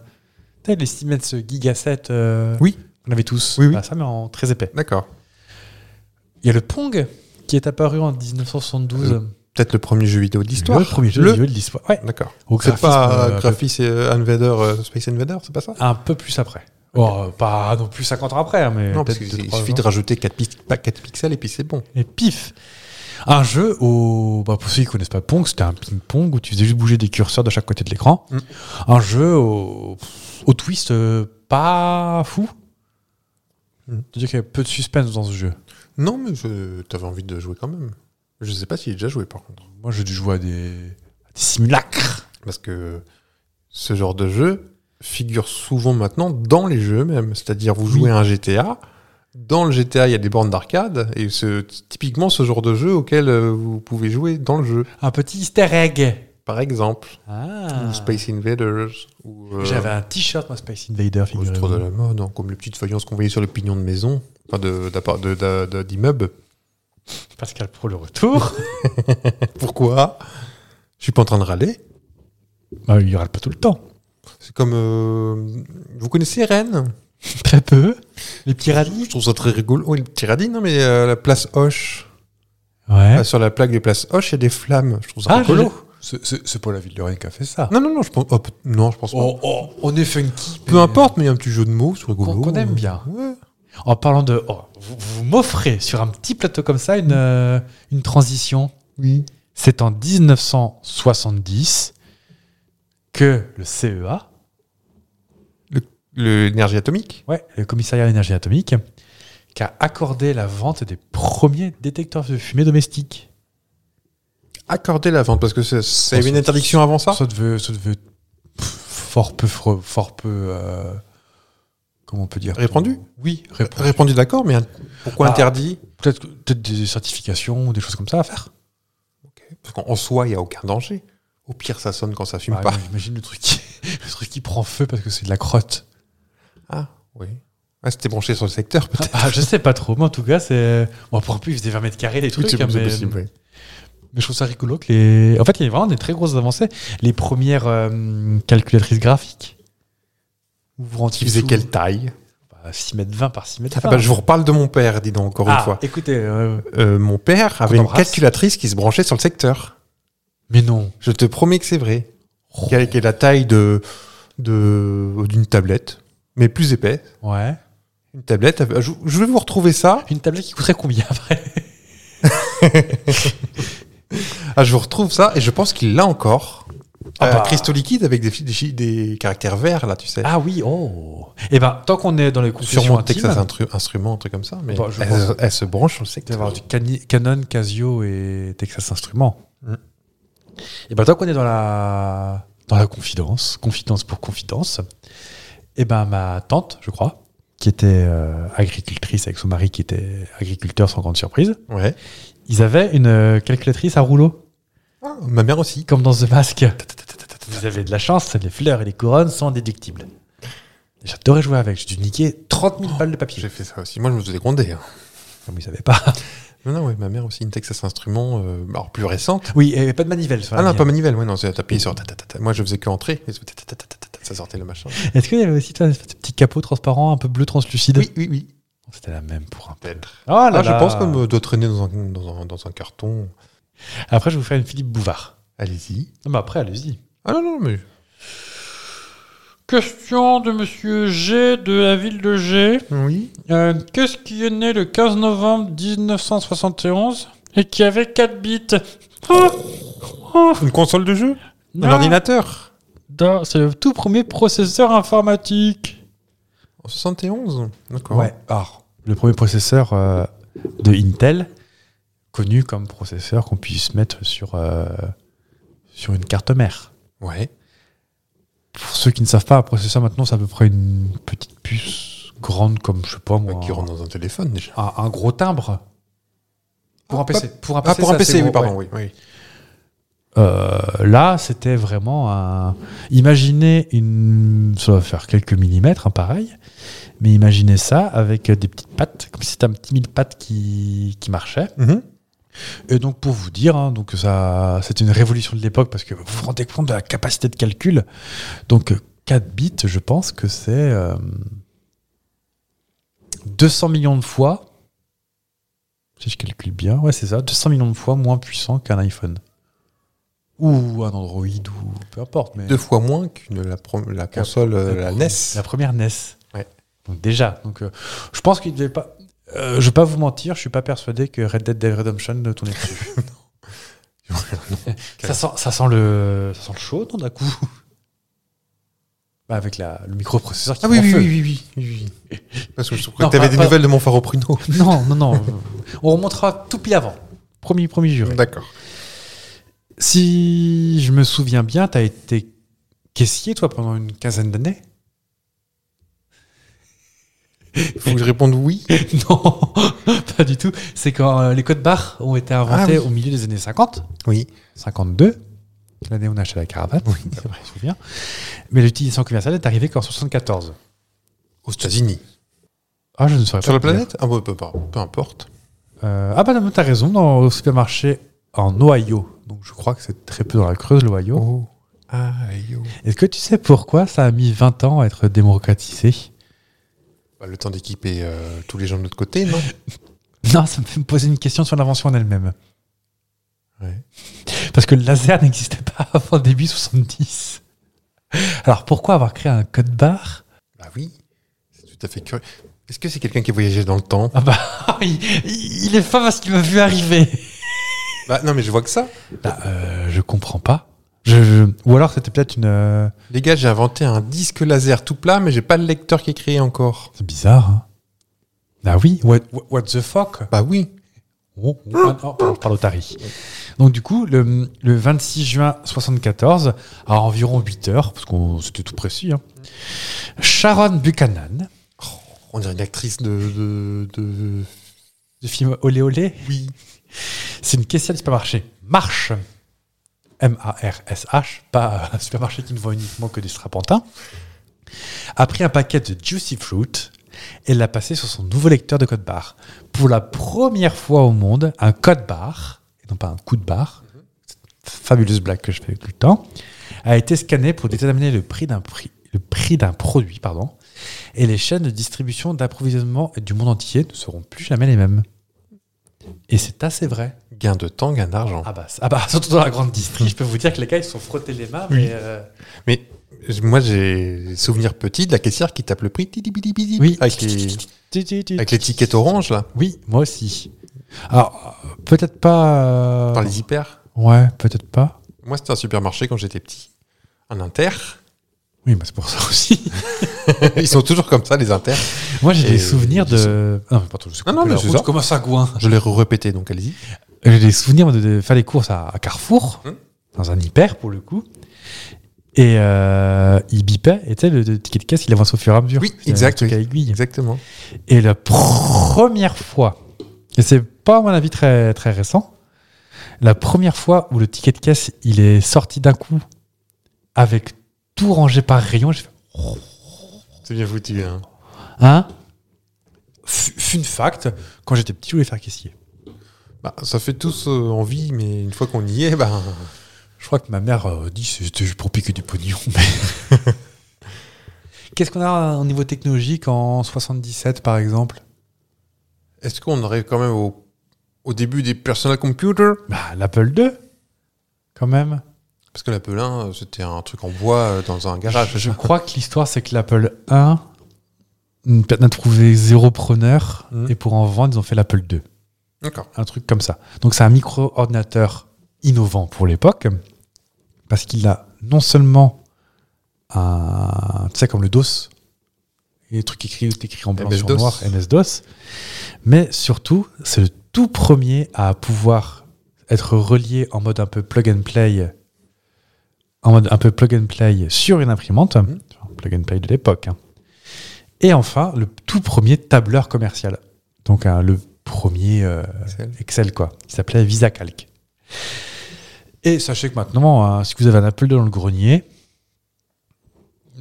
[SPEAKER 2] t'as les 6 mètres ce Giga 7, euh,
[SPEAKER 1] Oui.
[SPEAKER 2] on avait tous.
[SPEAKER 1] Oui, oui.
[SPEAKER 2] Bah, ça, mais en très épais.
[SPEAKER 1] D'accord.
[SPEAKER 2] Il y a le Pong qui est apparu en 1972.
[SPEAKER 1] Euh, Peut-être le premier jeu vidéo de l'histoire.
[SPEAKER 2] le premier jeu
[SPEAKER 1] Le-
[SPEAKER 2] vidéo de l'histoire. Ouais.
[SPEAKER 1] D'accord.
[SPEAKER 2] Au
[SPEAKER 1] C'est
[SPEAKER 2] graphisme,
[SPEAKER 1] pas
[SPEAKER 2] euh,
[SPEAKER 1] euh, Graphis et euh, Invader, euh, Space Invader, c'est pas ça
[SPEAKER 2] Un peu plus après. Oh, pas non plus 50 ans après, hein, mais
[SPEAKER 1] Non, parce
[SPEAKER 2] peut-être
[SPEAKER 1] qu'il
[SPEAKER 2] deux,
[SPEAKER 1] il
[SPEAKER 2] trois
[SPEAKER 1] suffit
[SPEAKER 2] ans.
[SPEAKER 1] de rajouter 4, pixels et puis c'est bon.
[SPEAKER 2] Et pif Un jeu au. Bah pour ceux qui connaissent pas Pong, c'était un ping-pong où tu faisais juste bouger des curseurs de chaque côté de l'écran.
[SPEAKER 1] Mm.
[SPEAKER 2] Un jeu au, au twist euh, pas fou.
[SPEAKER 1] Mm.
[SPEAKER 2] C'est-à-dire qu'il y avait peu de suspense dans ce jeu.
[SPEAKER 1] Non, mais je- t'avais envie de jouer quand même. Je sais pas s'il est déjà joué par contre.
[SPEAKER 2] Moi, j'ai dû jouer à des, à des simulacres.
[SPEAKER 1] Parce que ce genre de jeu figure souvent maintenant dans les jeux même. C'est-à-dire, vous jouez à un GTA. Dans le GTA, il y a des bornes d'arcade. Et c'est typiquement ce genre de jeu auquel euh, vous pouvez jouer dans le jeu.
[SPEAKER 2] Un petit easter egg.
[SPEAKER 1] Par exemple,
[SPEAKER 2] Ah.
[SPEAKER 1] ou Space Invaders. Ou, euh,
[SPEAKER 2] J'avais un t-shirt, moi, Space Invader,
[SPEAKER 1] Au trop de
[SPEAKER 2] figurez-vous.
[SPEAKER 1] la mode, hein, comme les petites faïences qu'on voyait sur le pignon de maison, enfin de- d'appart- de- d'a- d'a- d'immeuble.
[SPEAKER 2] Pascal Pro, le retour.
[SPEAKER 1] Pourquoi Je suis pas en train de râler.
[SPEAKER 2] bah, il y aura pas tout le temps.
[SPEAKER 1] C'est comme. euh, vous connaissez Rennes
[SPEAKER 2] Très peu. Les petits radis.
[SPEAKER 1] Je trouve ça très rigolo. Oui, le petit radis, non, mais euh, la place Hoche.
[SPEAKER 2] Ouais.
[SPEAKER 1] Enfin, sur la plaque des places Hoche, il y a des flammes. Je trouve ça
[SPEAKER 2] Ah,
[SPEAKER 1] rigolo.
[SPEAKER 2] C'est pas la ville de Rennes qui a fait ça.
[SPEAKER 1] Non, non, non, je pense, oh, peut- non, je pense pas.
[SPEAKER 2] Oh, oh, on est funky.
[SPEAKER 1] Peu importe, mais il y a un petit jeu de mots, c'est rigolo.
[SPEAKER 2] Qu'on- qu'on aime bien.
[SPEAKER 1] Ouais.
[SPEAKER 2] En parlant de. oh, vous vous m'offrez sur un petit plateau comme ça une, euh, une transition.
[SPEAKER 1] Oui.
[SPEAKER 2] C'est en E 1970 que le CEA,
[SPEAKER 1] Le le- l'énergie atomique.
[SPEAKER 2] Ouais, le commissariat à l'énergie atomique, qui a accordé la vente des premiers détecteurs de fumée domestique.
[SPEAKER 1] Accorder la vente, parce que c'est- ça avait
[SPEAKER 2] Ensuite-
[SPEAKER 1] une interdiction avant ça.
[SPEAKER 2] Ça devait, ça devait être fort peu, fro- fort peu, euh, comment on peut dire
[SPEAKER 1] Répandu
[SPEAKER 2] Oui, répandu.
[SPEAKER 1] Répondu d'accord, mais un- pourquoi
[SPEAKER 2] Ah.
[SPEAKER 1] interdit
[SPEAKER 2] Peut-être que- peut-être des certifications ou des choses comme ça à faire.
[SPEAKER 1] Parce qu'en soi, il n'y a aucun danger. Au pire, ça sonne quand ça fume
[SPEAKER 2] Bah,
[SPEAKER 1] pas.
[SPEAKER 2] J'imagine le truc, qui, le truc qui prend feu parce que c'est de la crotte.
[SPEAKER 1] Ah, oui. Ah, c'était branché sur le secteur, peut-être.
[SPEAKER 2] Ah, je sais pas trop, mais en tout cas, c'est. Bon, pour un plus, il faisait 20 mètres carrés les trucs.
[SPEAKER 1] Oui, c'est-
[SPEAKER 2] hein,
[SPEAKER 1] c'est
[SPEAKER 2] mais,
[SPEAKER 1] possible, oui.
[SPEAKER 2] mais je trouve ça rigolo que les. En fait, il y a vraiment des très grosses avancées. Les premières euh, calculatrices graphiques. Ouvrant
[SPEAKER 1] Qui faisait quelle taille
[SPEAKER 2] 6 mètres 20 par 6 mètres
[SPEAKER 1] Ah bah, Je vous reparle de mon père, dis donc, encore une fois.
[SPEAKER 2] Écoutez, euh,
[SPEAKER 1] Euh, mon père avait une
[SPEAKER 2] Ah. embrasse.
[SPEAKER 1] calculatrice qui se branchait sur le secteur.
[SPEAKER 2] mais non.
[SPEAKER 1] Je te promets que c'est vrai. Quelle est la taille de de- d'une tablette, mais plus épaisse.
[SPEAKER 2] Oh, Ouais.
[SPEAKER 1] Une tablette. avec- Je, je vais vous retrouver ça.
[SPEAKER 2] Une tablette qui coûterait combien après
[SPEAKER 1] Ah, je vous retrouve ça et je pense qu'il l'a encore.
[SPEAKER 2] Ah
[SPEAKER 1] Euh,
[SPEAKER 2] bah.
[SPEAKER 1] cristaux liquides avec des, fi- des, chi- des caractères verts là, tu sais.
[SPEAKER 2] Ah oui, oh. Eh ben, tant qu'on est dans les confessions
[SPEAKER 1] Sûrement
[SPEAKER 2] intimes,
[SPEAKER 1] Texas Instru- Instruments, un truc comme ça. Mais
[SPEAKER 2] Bah, je
[SPEAKER 1] elle,
[SPEAKER 2] pense.
[SPEAKER 1] elle se branche sur le
[SPEAKER 2] Il doit y avoir
[SPEAKER 1] secteur.
[SPEAKER 2] du Cani- Canon, Casio et Texas Instruments.
[SPEAKER 1] Mm.
[SPEAKER 2] Et ben tant qu'on est dans la dans la confidence, confidence pour confidence, et ben ma tante, je crois, qui était euh, agricultrice avec son mari qui était agriculteur sans grande surprise,
[SPEAKER 1] Ouais.
[SPEAKER 2] ils avaient une euh, calculatrice à rouleau
[SPEAKER 1] Ah, ma mère aussi.
[SPEAKER 2] comme dans The Mask. Vous avez de la chance, les fleurs et les couronnes sont déductibles. J'adorais jouer avec, j'ai dû niquer 30 000 balles de papier.
[SPEAKER 1] J'ai fait ça aussi. Moi, je me faisais gronder. hein.
[SPEAKER 2] Comme ils savaient pas.
[SPEAKER 1] Non, non, ouais, ma mère aussi, une Texas Instruments, euh, alors plus récente.
[SPEAKER 2] Oui, et pas de manivelle. sur la hein.
[SPEAKER 1] Ah non,
[SPEAKER 2] mienne.
[SPEAKER 1] pas manivelle, ouais, non, c'est t'appuyais sur ta, ta, ta, ta. Moi, je faisais que entrer, et ça ta, ta, ta, ta, ta, ça sortait le machin.
[SPEAKER 2] Est-ce qu'il y avait aussi toi, un espèce de petit capot transparent, un peu bleu translucide Oh,
[SPEAKER 1] Oui, oui, oui.
[SPEAKER 2] C'était la même pour un peu.
[SPEAKER 1] Peut-être.
[SPEAKER 2] Oh là
[SPEAKER 1] Ah, je
[SPEAKER 2] là.
[SPEAKER 1] pense comme euh, doit traîner dans un, dans un, dans un carton.
[SPEAKER 2] Après, je vais vous faire une Philippe Bouvard.
[SPEAKER 1] Allez-y.
[SPEAKER 2] Non, mais après, allez-y.
[SPEAKER 1] Ah non, non, mais.
[SPEAKER 2] Question de monsieur G de la ville de G. Euh,
[SPEAKER 1] Oui.
[SPEAKER 2] Qu'est-ce qui est né le 15 novembre 1971 et qui avait Ah 4 bits
[SPEAKER 1] Une console de jeu Un ordinateur
[SPEAKER 2] C'est le tout premier processeur informatique.
[SPEAKER 1] En 71 D'accord.
[SPEAKER 2] Ouais, alors, le premier processeur euh, de Intel, connu comme processeur qu'on puisse mettre sur, euh, sur une carte mère.
[SPEAKER 1] Ouais.
[SPEAKER 2] Pour ceux qui ne savent pas, un processeur maintenant, c'est à peu près une petite puce grande comme, je sais pas moi,
[SPEAKER 1] Bah, Qui rentre dans un téléphone déjà.
[SPEAKER 2] un, un gros timbre. Pour
[SPEAKER 1] Ah,
[SPEAKER 2] un PC. Pour un
[SPEAKER 1] Ah, pour un
[SPEAKER 2] c'est
[SPEAKER 1] PC,
[SPEAKER 2] assez
[SPEAKER 1] oui,
[SPEAKER 2] gros,
[SPEAKER 1] pardon,
[SPEAKER 2] ouais.
[SPEAKER 1] oui. oui.
[SPEAKER 2] Euh, là, c'était vraiment un. Imaginez une. Ça va faire quelques millimètres, hein, pareil. Mais imaginez ça avec des petites pattes, comme si c'était un petit mille pattes qui, qui marchait.
[SPEAKER 1] Mhm.
[SPEAKER 2] Et donc pour vous dire, hein, donc ça, c'était une révolution de l'époque parce que vous vous rendez compte de la capacité de calcul. Donc euh, 4 bits, je pense que c'est euh, 200 millions de fois. Si je calcule bien, ouais c'est ça, 200 millions de fois moins puissant qu'un iPhone ou un Android ou peu importe. Mais
[SPEAKER 1] Deux fois moins qu'une la, pro- la console, euh, la, NES.
[SPEAKER 2] la première NES.
[SPEAKER 1] Ouais.
[SPEAKER 2] Donc déjà, donc euh, je pense qu'il devait pas. euh, je vais pas vous mentir, je suis pas persuadé que Red Dead Redemption ne tournait dessus. Ça sent, ça sent le, ça sent le chaud, non, d'un coup Bah, Avec la, le microprocesseur qui
[SPEAKER 1] Ah oui,
[SPEAKER 2] prend
[SPEAKER 1] oui,
[SPEAKER 2] feu.
[SPEAKER 1] oui, oui, oui, oui. Parce que je trouvais
[SPEAKER 2] Non,
[SPEAKER 1] que t'avais
[SPEAKER 2] pas-
[SPEAKER 1] des
[SPEAKER 2] pas-
[SPEAKER 1] nouvelles de mon phare au pruneau.
[SPEAKER 2] Non, non, non. On remontera tout pile avant. Promis, promis, juré.
[SPEAKER 1] D'accord.
[SPEAKER 2] Si je me souviens bien, t'as été caissier, toi, pendant une quinzaine d'années
[SPEAKER 1] Faut que je réponde oui.
[SPEAKER 2] Non, pas du tout. C'est quand euh, les codes barres ont été inventés
[SPEAKER 1] Ah oui.
[SPEAKER 2] au milieu des années 50.
[SPEAKER 1] Oui.
[SPEAKER 2] 52, l'année où on a acheté la caravane, oui, c'est vrai, je me souviens. Mais l'utilisation commerciale est arrivée qu'en 74.
[SPEAKER 1] Aux États-Unis.
[SPEAKER 2] Ah, je ne saurais pas.
[SPEAKER 1] Sur la
[SPEAKER 2] te dire.
[SPEAKER 1] planète Ah, bah, peu, peu- peu importe.
[SPEAKER 2] Euh, Ah, bah non, mais t'as raison, dans le supermarché en Ohio. Donc je crois que c'est très peu dans la Creuse, l'Ohio.
[SPEAKER 1] Oh. Ah, yo.
[SPEAKER 2] Est-ce que tu sais pourquoi ça a mis 20 ans à être démocratisé
[SPEAKER 1] Bah, le temps d'équiper euh, tous les gens de l'autre côté, non
[SPEAKER 2] Non, ça me fait me poser une question sur l'invention en elle-même.
[SPEAKER 1] Ouais.
[SPEAKER 2] Parce que le laser n'existait pas avant début 70. Alors pourquoi avoir créé un code barre
[SPEAKER 1] Bah oui. C'est tout à fait curieux. Est-ce que c'est quelqu'un qui voyageait dans le temps
[SPEAKER 2] Ah bah, il, il est fin parce qu'il m'a vu arriver.
[SPEAKER 1] Bah non, mais je vois que ça.
[SPEAKER 2] Bah, euh, je comprends pas. Je- je- Ou alors c'était peut-être une. euh,
[SPEAKER 1] Les gars, j'ai inventé un disque laser tout plat, mais j'ai pas le lecteur qui est créé encore.
[SPEAKER 2] C'est bizarre. hein. Ah oui, what, what- what the fuck
[SPEAKER 1] Bah oui.
[SPEAKER 2] Oh, oh, ah, non, pardon, pardon, Tari. Donc du coup, le, le 26 juin 74, à environ 8 heures, parce qu'on c'était tout précis, hein, Sharon Buchanan,
[SPEAKER 1] On dirait une actrice de. de, de-
[SPEAKER 2] du film Olé Olé, oui. c'est une caissière du supermarché Marche, M-A-R-S-H, pas un supermarché qui ne vend uniquement que des strapantins, a pris un paquet de Juicy Fruit et l'a passé sur son nouveau lecteur de code barre. Pour la première fois au monde, un code barre, et non pas un coup de barre, cette fabuleuse blague que je fais tout le temps, a été scanné pour déterminer le prix d'un prix le prix d'un produit, pardon, et les chaînes de distribution d'approvisionnement du monde entier ne seront plus jamais les mêmes. Et c'est assez vrai.
[SPEAKER 1] Gain de temps, gain d'argent.
[SPEAKER 2] Ah bah, ah bah, surtout dans la grande district, je peux vous dire que les gars, ils se sont frottés les mains, mais... euh,
[SPEAKER 1] Mais moi, j'ai souvenir petit de la caissière qui tape le prix. Tidi, bidi, bidi,
[SPEAKER 2] Oui.
[SPEAKER 1] Avec les, avec les tickets orange, là.
[SPEAKER 2] Oui, moi aussi. Alors, euh, peut-être pas... euh,
[SPEAKER 1] Par les hyper.
[SPEAKER 2] Ouais, peut-être pas.
[SPEAKER 1] Moi, c'était un supermarché quand j'étais petit. Un inter.
[SPEAKER 2] Oui, bah, c'est pour ça aussi.
[SPEAKER 1] Ils sont toujours comme ça, les inter.
[SPEAKER 2] moi, j'ai
[SPEAKER 1] Et
[SPEAKER 2] des souvenirs
[SPEAKER 1] ils
[SPEAKER 2] de... Ah Non, mais pardon, je
[SPEAKER 1] Non, non, mais c'est ça.
[SPEAKER 2] Comment ça, Gouin
[SPEAKER 1] Je l'ai répété, donc allez-y.
[SPEAKER 2] J'ai des souvenirs de, de faire les courses à, à Carrefour,
[SPEAKER 1] Hmm.
[SPEAKER 2] dans un hyper pour le coup. Et euh, il bipait, et tu sais, le, le ticket de caisse, il avance au fur et à mesure.
[SPEAKER 1] Oui,
[SPEAKER 2] C'est un
[SPEAKER 1] exact,
[SPEAKER 2] truc
[SPEAKER 1] oui.
[SPEAKER 2] à aiguille.
[SPEAKER 1] Exactement.
[SPEAKER 2] Et la première fois, et c'est pas à mon avis très, très récent, la première fois où le ticket de caisse, il est sorti d'un coup, avec tout rangé par rayon, j'ai fait
[SPEAKER 1] C'est bien foutu. Hein.
[SPEAKER 2] Hein F- Fun fact, quand j'étais petit, je voulais faire caissier.
[SPEAKER 1] Bah, ça fait tous euh, envie, mais une fois qu'on y est, bah,
[SPEAKER 2] Je crois que ma mère euh, dit c'était juste pour piquer du pognon. mais- Qu'est-ce qu'on a au niveau technologique en 77 par exemple
[SPEAKER 1] est-ce qu'on arrive quand même au, au début des personal computers
[SPEAKER 2] Bah l'Apple II quand même.
[SPEAKER 1] Parce que l'Apple 1, euh, c'était un truc en bois euh, dans un garage.
[SPEAKER 2] je crois que l'histoire c'est que l'Apple 1 n'a trouvé zéro preneur
[SPEAKER 1] Mhm.
[SPEAKER 2] et pour en vendre ils ont fait l'Apple 2.
[SPEAKER 1] D'accord.
[SPEAKER 2] un truc comme ça. Donc c'est un micro-ordinateur innovant pour l'époque, parce qu'il a non seulement un, tu sais, comme le DOS, les trucs écrits, écrits en blanc
[SPEAKER 1] MS
[SPEAKER 2] sur
[SPEAKER 1] DOS.
[SPEAKER 2] noir, MS-DOS, mais surtout, c'est le tout premier à pouvoir être relié en mode un peu plug and play, en mode un peu plug and play sur une imprimante, plug and play de l'époque. hein. Et enfin, le tout premier tableur commercial. Donc hein, le premier euh,
[SPEAKER 1] Excel.
[SPEAKER 2] Excel. quoi, qui s'appelait Visa Calc. Et sachez que maintenant, hein, si vous avez un Apple II dans le grenier,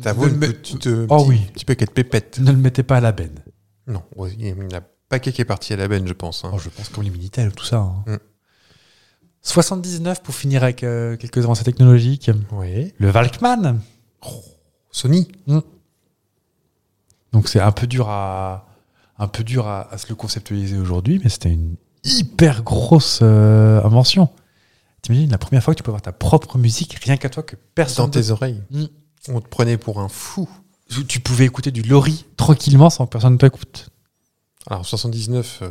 [SPEAKER 1] T'avoues
[SPEAKER 2] Ne
[SPEAKER 1] une
[SPEAKER 2] me-
[SPEAKER 1] petite, euh,
[SPEAKER 2] Oh
[SPEAKER 1] petit,
[SPEAKER 2] oui.
[SPEAKER 1] petit paquet de pépettes.
[SPEAKER 2] ne le mettez pas à la benne.
[SPEAKER 1] Non, ouais, il y a- il y a un paquet qui est parti à la benne, je pense. hein.
[SPEAKER 2] Oh, je pense comme les Minitel, tout ça. hein.
[SPEAKER 1] Mm.
[SPEAKER 2] 79 pour finir avec euh, quelques avancées technologiques.
[SPEAKER 1] Oui.
[SPEAKER 2] Le Walkman.
[SPEAKER 1] Sony.
[SPEAKER 2] Donc c'est un peu dur à un peu dur à, à se le conceptualiser aujourd'hui, mais c'était une hyper grosse euh, invention. T'imagines la première fois que tu peux avoir ta propre musique rien qu'à toi que personne.
[SPEAKER 1] Dans tes oreilles.
[SPEAKER 2] Mm.
[SPEAKER 1] On te prenait pour un fou.
[SPEAKER 2] Tu- Tu pouvais écouter du Lori tranquillement sans que personne ne t'écoute.
[SPEAKER 1] Alors, 79, euh,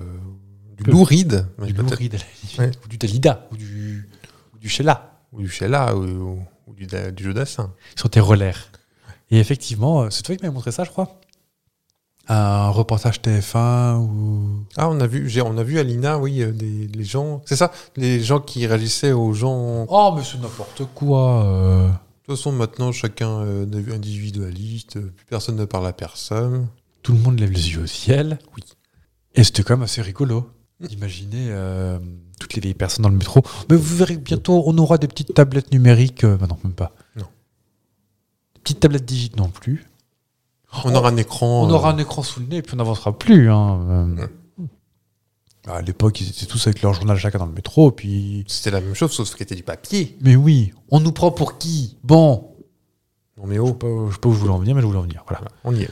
[SPEAKER 1] du
[SPEAKER 2] Peu.
[SPEAKER 1] Louride. mais
[SPEAKER 2] Du
[SPEAKER 1] peut-être-
[SPEAKER 2] Lori, de la limite,
[SPEAKER 1] Ouais.
[SPEAKER 2] ou du Dalida, ou du ou du Sheila
[SPEAKER 1] Ou du Sheila, ou, ou- ou du, Da- du Jodassin.
[SPEAKER 2] sur tes rollers. Et effectivement, euh, c'est toi qui m'avais montré ça, je crois. Un reportage TF1 ou
[SPEAKER 1] Ah, on a vu, j'ai- on a vu Alina, oui, euh, des, les gens. C'est ça, les gens qui réagissaient aux gens. De
[SPEAKER 2] oh mais c'est n'importe quoi. euh.
[SPEAKER 1] toute façon, maintenant, chacun euh, devient individualiste, euh, plus personne ne parle à personne.
[SPEAKER 2] Tout le monde lève les yeux au ciel. Oui. Et c'était quand même assez rigolo. Imaginez euh, toutes les vieilles personnes dans le métro. Mais vous verrez bientôt, on aura des petites tablettes numériques. Euh, bah non, même pas.
[SPEAKER 1] Non.
[SPEAKER 2] Des petites tablettes digites non plus.
[SPEAKER 1] On aura un écran.
[SPEAKER 2] Oh, On
[SPEAKER 1] euh,
[SPEAKER 2] aura un écran sous le nez et puis on n'avancera plus. hein. Euh, À l'époque, ils étaient tous avec leur journal chacun dans le métro. Puis.
[SPEAKER 1] C'était la même chose, sauf que c'était du papier.
[SPEAKER 2] Mais oui, on nous prend pour qui Bon.
[SPEAKER 1] Non, mais
[SPEAKER 2] Je sais
[SPEAKER 1] oh,
[SPEAKER 2] pas où je sais pas où je voulais en venir, mais je voulais en venir. Voilà.
[SPEAKER 1] voilà, on y est.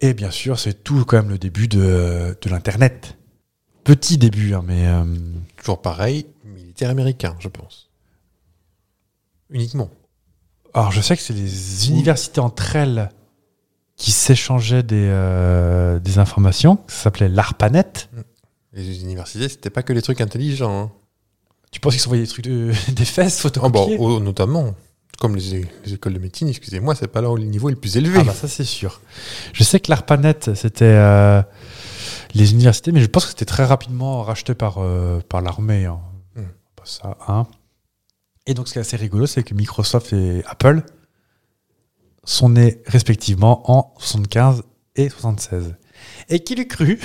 [SPEAKER 2] Et bien sûr, c'est tout quand même le début de, de l'Internet. Petit début, hein, mais euh,
[SPEAKER 1] Toujours pareil, militaire américain, je pense. Uniquement.
[SPEAKER 2] alors je sais que c'est les universités entre elles qui s'échangeaient des, euh, des informations. Ça s'appelait l'ARPANET.
[SPEAKER 1] Les universités, c'était pas que les trucs intelligents. hein.
[SPEAKER 2] Tu penses qu'ils s'envoyaient des trucs de- des fesses
[SPEAKER 1] Ah bah,
[SPEAKER 2] photocopiées
[SPEAKER 1] oh, notamment, comme les, les écoles de médecine, excusez-moi, c'est pas là où le niveau est le plus élevé.
[SPEAKER 2] Ah bah, ça c'est sûr. Je sais que l'ARPANET, c'était euh, les universités, mais je pense que c'était très rapidement racheté par, euh, par l'armée. hein.
[SPEAKER 1] Hmm.
[SPEAKER 2] Pas ça, hein. Et donc ce qui est assez rigolo, c'est que Microsoft et Apple sont nés respectivement en 75 et 76. Et qui l'eût cru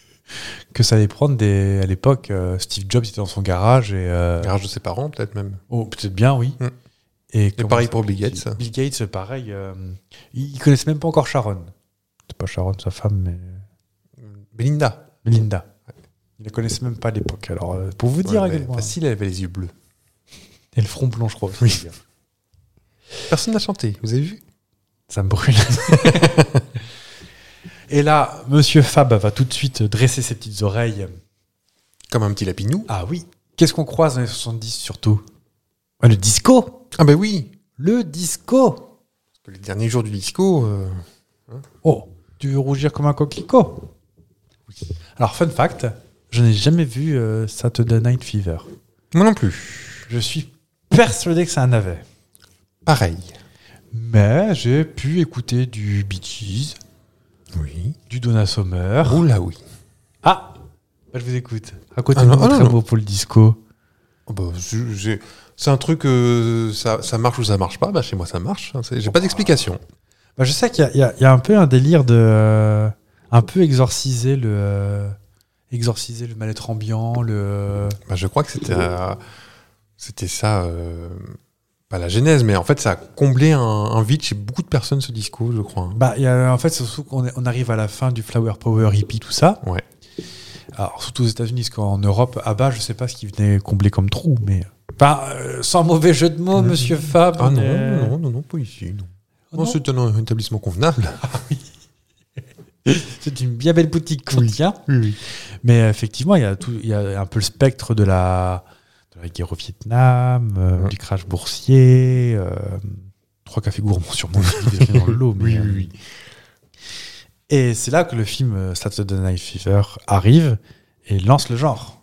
[SPEAKER 2] que ça allait prendre des... À l'époque, euh, Steve Jobs était dans son garage et... euh,
[SPEAKER 1] Garage de ses parents, peut-être même.
[SPEAKER 2] Oh, peut-être bien, oui.
[SPEAKER 1] Mm.
[SPEAKER 2] Et
[SPEAKER 1] Et
[SPEAKER 2] comment
[SPEAKER 1] pareil
[SPEAKER 2] ça
[SPEAKER 1] pour
[SPEAKER 2] s'appelle
[SPEAKER 1] Bill Gates.
[SPEAKER 2] Bill Gates, pareil. euh, ils ils connaissent même pas encore Sharon. C'est pas Sharon, sa femme, mais euh,
[SPEAKER 1] Belinda.
[SPEAKER 2] Melinda. Ils la connaissaient même pas à l'époque. Alors, euh, pour vous dire
[SPEAKER 1] Ouais,
[SPEAKER 2] à
[SPEAKER 1] mais
[SPEAKER 2] quel point-
[SPEAKER 1] Facile, elle avait les yeux bleus.
[SPEAKER 2] Et le front blanc, je crois. Oui.
[SPEAKER 1] Personne n'a chanté, vous avez vu
[SPEAKER 2] Ça me brûle. Et là, Monsieur Fab va tout de suite dresser ses petites oreilles.
[SPEAKER 1] Comme un petit lapinou.
[SPEAKER 2] Ah oui. Qu'est-ce qu'on croise dans les 70 surtout Ah, Le disco
[SPEAKER 1] Ah bah oui
[SPEAKER 2] Le disco
[SPEAKER 1] Parce que Les derniers jours du disco, euh,
[SPEAKER 2] Oh, tu veux rougir comme un coquelicot Alors, fun fact, je n'ai jamais vu euh, Saturday Night Fever.
[SPEAKER 1] moi non plus.
[SPEAKER 2] Je suis persuadé que ça en avait.
[SPEAKER 1] Pareil.
[SPEAKER 2] Mais j'ai pu écouter du Bee Gees,
[SPEAKER 1] Oui.
[SPEAKER 2] du Donna Summer.
[SPEAKER 1] Oula oui.
[SPEAKER 2] Ah Bah, Je vous écoute.
[SPEAKER 1] Ah
[SPEAKER 2] Racontez-moi
[SPEAKER 1] non, ah
[SPEAKER 2] votre
[SPEAKER 1] non,
[SPEAKER 2] amour pour le disco.
[SPEAKER 1] Oh bah, je- j'ai- c'est un truc, euh, ça, ça marche ou ça marche pas, bah chez moi ça marche. hein, c'est- J'ai pas d'explication.
[SPEAKER 2] Bah, je sais qu'il y a- il y, a- il y a un peu un délire de... euh, un peu exorciser le... euh, exorciser le mal-être ambiant, le... euh,
[SPEAKER 1] Bah, je crois que c'était euh, c'était ça, euh, pas la genèse, mais en fait ça a comblé un, un vide chez beaucoup de personnes ce disco, je crois. hein.
[SPEAKER 2] Bah, il y a- en fait, c'est surtout qu'on est- on arrive à la fin du Flower Power hippie, tout ça.
[SPEAKER 1] Ouais.
[SPEAKER 2] Alors, surtout aux États-Unis, parce qu'en Europe, à bas, je sais pas ce qui venait combler comme trou, mais. Enfin, euh, sans mauvais jeu de mots,
[SPEAKER 1] Mhm.
[SPEAKER 2] monsieur Fab.
[SPEAKER 1] Ah non,
[SPEAKER 2] mais-
[SPEAKER 1] non, non, non, pas ici. Non,
[SPEAKER 2] Oh
[SPEAKER 1] Non,
[SPEAKER 2] non,
[SPEAKER 1] c'est un, un établissement convenable.
[SPEAKER 2] c'est une bien belle boutique qu'on tient.
[SPEAKER 1] Oui, oui.
[SPEAKER 2] Mais euh, effectivement, il y, a tout, il y a un peu le spectre de la, de la guerre au Vietnam, euh,
[SPEAKER 1] Mhm.
[SPEAKER 2] du crash boursier, euh, trois cafés gourmands sûrement qui devraient dans le lot. mais,
[SPEAKER 1] Oui,
[SPEAKER 2] euh,
[SPEAKER 1] oui, oui.
[SPEAKER 2] Et c'est là que le film euh, Saturday Night Fever arrive et lance le genre.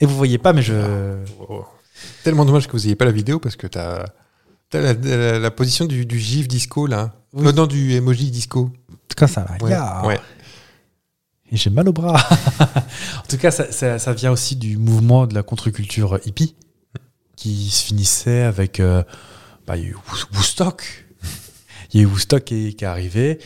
[SPEAKER 2] Et vous voyez pas, mais je.
[SPEAKER 1] Oh. Tellement dommage que vous n'ayez pas la vidéo parce que t'as as la, la- la position du, du gif disco là.
[SPEAKER 2] Oui.
[SPEAKER 1] Euh, non, du emoji disco.
[SPEAKER 2] Comme ça, là. Ya.
[SPEAKER 1] Ouais.
[SPEAKER 2] Et j'ai mal au bras. en tout cas, ça, ça- ça vient aussi du mouvement de la contre-culture hippie qui se finissait avec. euh, bah, il y a eu Wo- Woodstock. Il y a eu Woodstock qui est, qui est arrivé.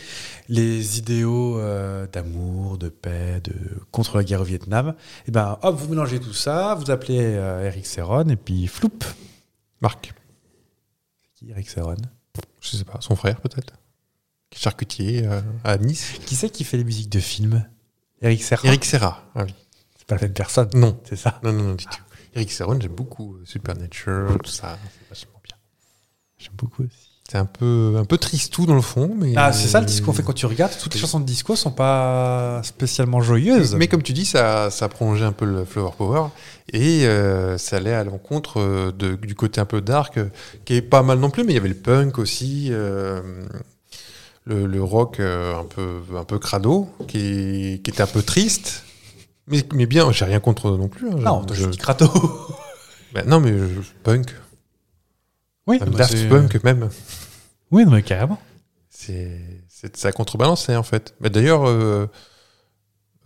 [SPEAKER 2] Les idéaux euh, d'amour, de paix, de contre la guerre au Vietnam. Et ben, hop, vous mélangez tout ça, vous appelez euh, Eric Serron et puis floup.
[SPEAKER 1] Marc,
[SPEAKER 2] Qui, Eric Serron
[SPEAKER 1] je sais pas, son frère peut-être. Charcutier euh, à Nice.
[SPEAKER 2] Qui c'est qui fait les musiques de films Eric Serron.
[SPEAKER 1] Eric Serra. Ah oui.
[SPEAKER 2] C'est pas la même personne,
[SPEAKER 1] Non,
[SPEAKER 2] c'est ça
[SPEAKER 1] non, non, non, du tout. Eric Serron, j'aime beaucoup euh, Supernature, tout ça. C'est vachement bien.
[SPEAKER 2] J'aime beaucoup aussi.
[SPEAKER 1] C'est un peu, un peu tristou dans le fond, mais.
[SPEAKER 2] Ah, c'est ça le disco. En fait, quand tu regardes, toutes les
[SPEAKER 1] Oui.
[SPEAKER 2] chansons de disco sont pas spécialement joyeuses.
[SPEAKER 1] Mais comme tu dis, ça, ça prolongeait un peu le Flower Power et euh, ça allait à l'encontre euh, de- du côté un peu dark, euh, qui est pas mal non plus, mais il y avait le punk aussi, euh, le, le rock euh, un, peu, un peu crado, qui, est- qui était un peu triste. Mais, mais bien, j'ai rien contre non plus. hein,
[SPEAKER 2] non,
[SPEAKER 1] je-
[SPEAKER 2] toi,
[SPEAKER 1] je-
[SPEAKER 2] je dis Crato.
[SPEAKER 1] bah, non, mais euh, punk,
[SPEAKER 2] oui,
[SPEAKER 1] même Daft Punk même,
[SPEAKER 2] Oui, non, mais carrément.
[SPEAKER 1] c'est c'est- ça contrebalançait hein, en fait. Mais d'ailleurs, euh,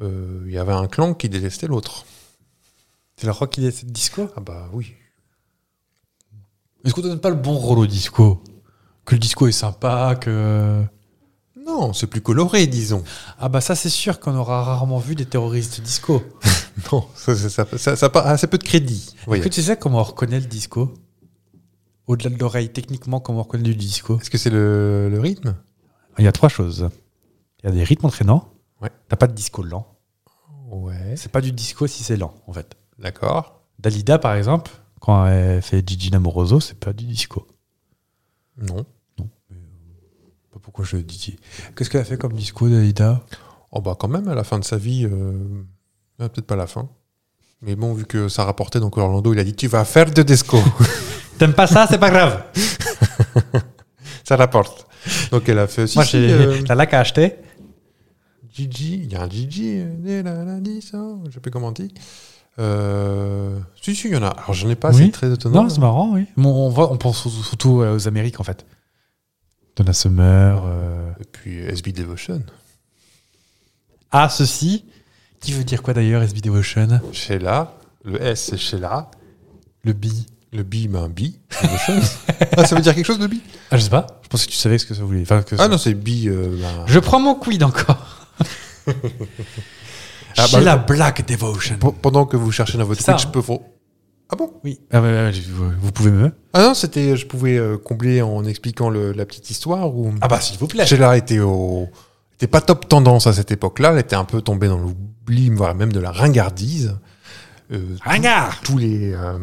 [SPEAKER 1] euh, il y avait un clan qui détestait l'autre.
[SPEAKER 2] C'est le rock qui est disco.
[SPEAKER 1] Ah bah oui.
[SPEAKER 2] Est-ce qu'on donne pas le bon rôle au disco Que le disco est sympa, que.
[SPEAKER 1] Non, c'est plus coloré, disons.
[SPEAKER 2] Ah, bah ça, c'est sûr qu'on aura rarement vu des terroristes disco.
[SPEAKER 1] Non, ça, ça, ça, ça, ça part à assez peu de crédit. Vous voyez.
[SPEAKER 2] Est-ce que tu sais comment on reconnaît le disco Au-delà de l'oreille, techniquement, comment on reconnaît du disco
[SPEAKER 1] Est-ce que c'est le, le rythme
[SPEAKER 2] Il y a trois choses. Il y a des rythmes entraînants.
[SPEAKER 1] Ouais.
[SPEAKER 2] T'as pas de disco lent.
[SPEAKER 1] Ouais.
[SPEAKER 2] C'est pas du disco si c'est lent, en fait.
[SPEAKER 1] D'accord.
[SPEAKER 2] Dalida, par exemple, quand elle fait Gigi Amoroso, c'est pas du disco.
[SPEAKER 1] Non.
[SPEAKER 2] Pas pourquoi je dis. Qu'est-ce qu'elle a fait comme disco, Dalida
[SPEAKER 1] Oh bah quand même, à la fin de sa vie, euh, ah, peut-être pas la fin. Mais bon, vu que ça rapportait, donc Orlando, il a dit Tu vas faire de disco.
[SPEAKER 2] T'aimes pas ça, c'est pas grave.
[SPEAKER 1] ça rapporte. Donc elle a fait aussi.
[SPEAKER 2] Moi, j'ai
[SPEAKER 1] euh,
[SPEAKER 2] la laque à acheter.
[SPEAKER 1] Gigi, il y a un Gigi, euh, dès la- la dix, hein, je sais plus comment on dit. Euh, Si, si, il y en a. Alors, j'en ai pas,
[SPEAKER 2] Oui.
[SPEAKER 1] c'est très étonnant.
[SPEAKER 2] Non, c'est marrant, oui. Bon, on, voit- on pense surtout- surtout euh, aux Amériques, en fait. Donna Summer. euh.
[SPEAKER 1] Et puis, SB Devotion.
[SPEAKER 2] Ah, ceci. Qui veut dire quoi d'ailleurs, SB Devotion
[SPEAKER 1] Sheila. Le S, c'est Sheila.
[SPEAKER 2] Le B.
[SPEAKER 1] Le B, ben, B. Devotion. ah, ça veut dire quelque chose, le B
[SPEAKER 2] Ah, je sais pas. Je pensais que tu savais ce que ça voulait. Enfin, que ça-
[SPEAKER 1] Ah non, c'est B. euh, ben,
[SPEAKER 2] Je prends mon quid encore.
[SPEAKER 1] Ah,
[SPEAKER 2] Chez
[SPEAKER 1] bah,
[SPEAKER 2] la Black Devotion.
[SPEAKER 1] P- Pendant que vous cherchez dans votre
[SPEAKER 2] C'est ça,
[SPEAKER 1] Twitch,
[SPEAKER 2] hein.
[SPEAKER 1] je peux vous... Ah bon
[SPEAKER 2] Oui. Ah, ouais, ouais, vous, vous pouvez me.
[SPEAKER 1] Ah non, c'était, je pouvais euh, combler en expliquant le- la petite histoire ou.
[SPEAKER 2] Ah bah, s'il vous plaît.
[SPEAKER 1] Sheila était au, était pas top tendance à cette époque-là. Elle était un peu tombée dans l'oubli, voire même de la ringardise. Euh,
[SPEAKER 2] Ringard
[SPEAKER 1] tous les, euh,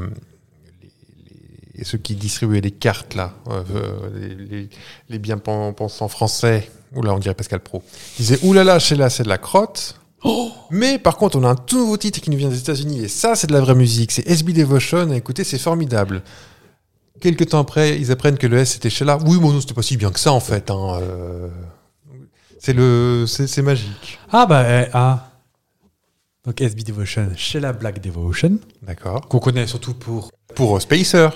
[SPEAKER 1] les- les- ceux qui distribuaient les cartes là, euh, euh, les, les- les bien pen- pensants français. Oula, on dirait Pascal Pro. Ils disaient oulala, Sheila, c'est de la crotte. Mais par contre, on a un tout nouveau titre qui nous vient des États-Unis et ça, c'est de la vraie musique. C'est SB Devotion. et Écoutez, c'est formidable. Quelques temps après, ils apprennent que le S était Sheila. Oui, bon, non, c'était pas si bien que ça en fait. hein, euh, C'est le, c'est c'est magique.
[SPEAKER 2] Ah bah, euh, ah. Donc SB Devotion, chez la Black Devotion,
[SPEAKER 1] D'accord.
[SPEAKER 2] qu'on connaît surtout pour.
[SPEAKER 1] Pour euh, Spacer.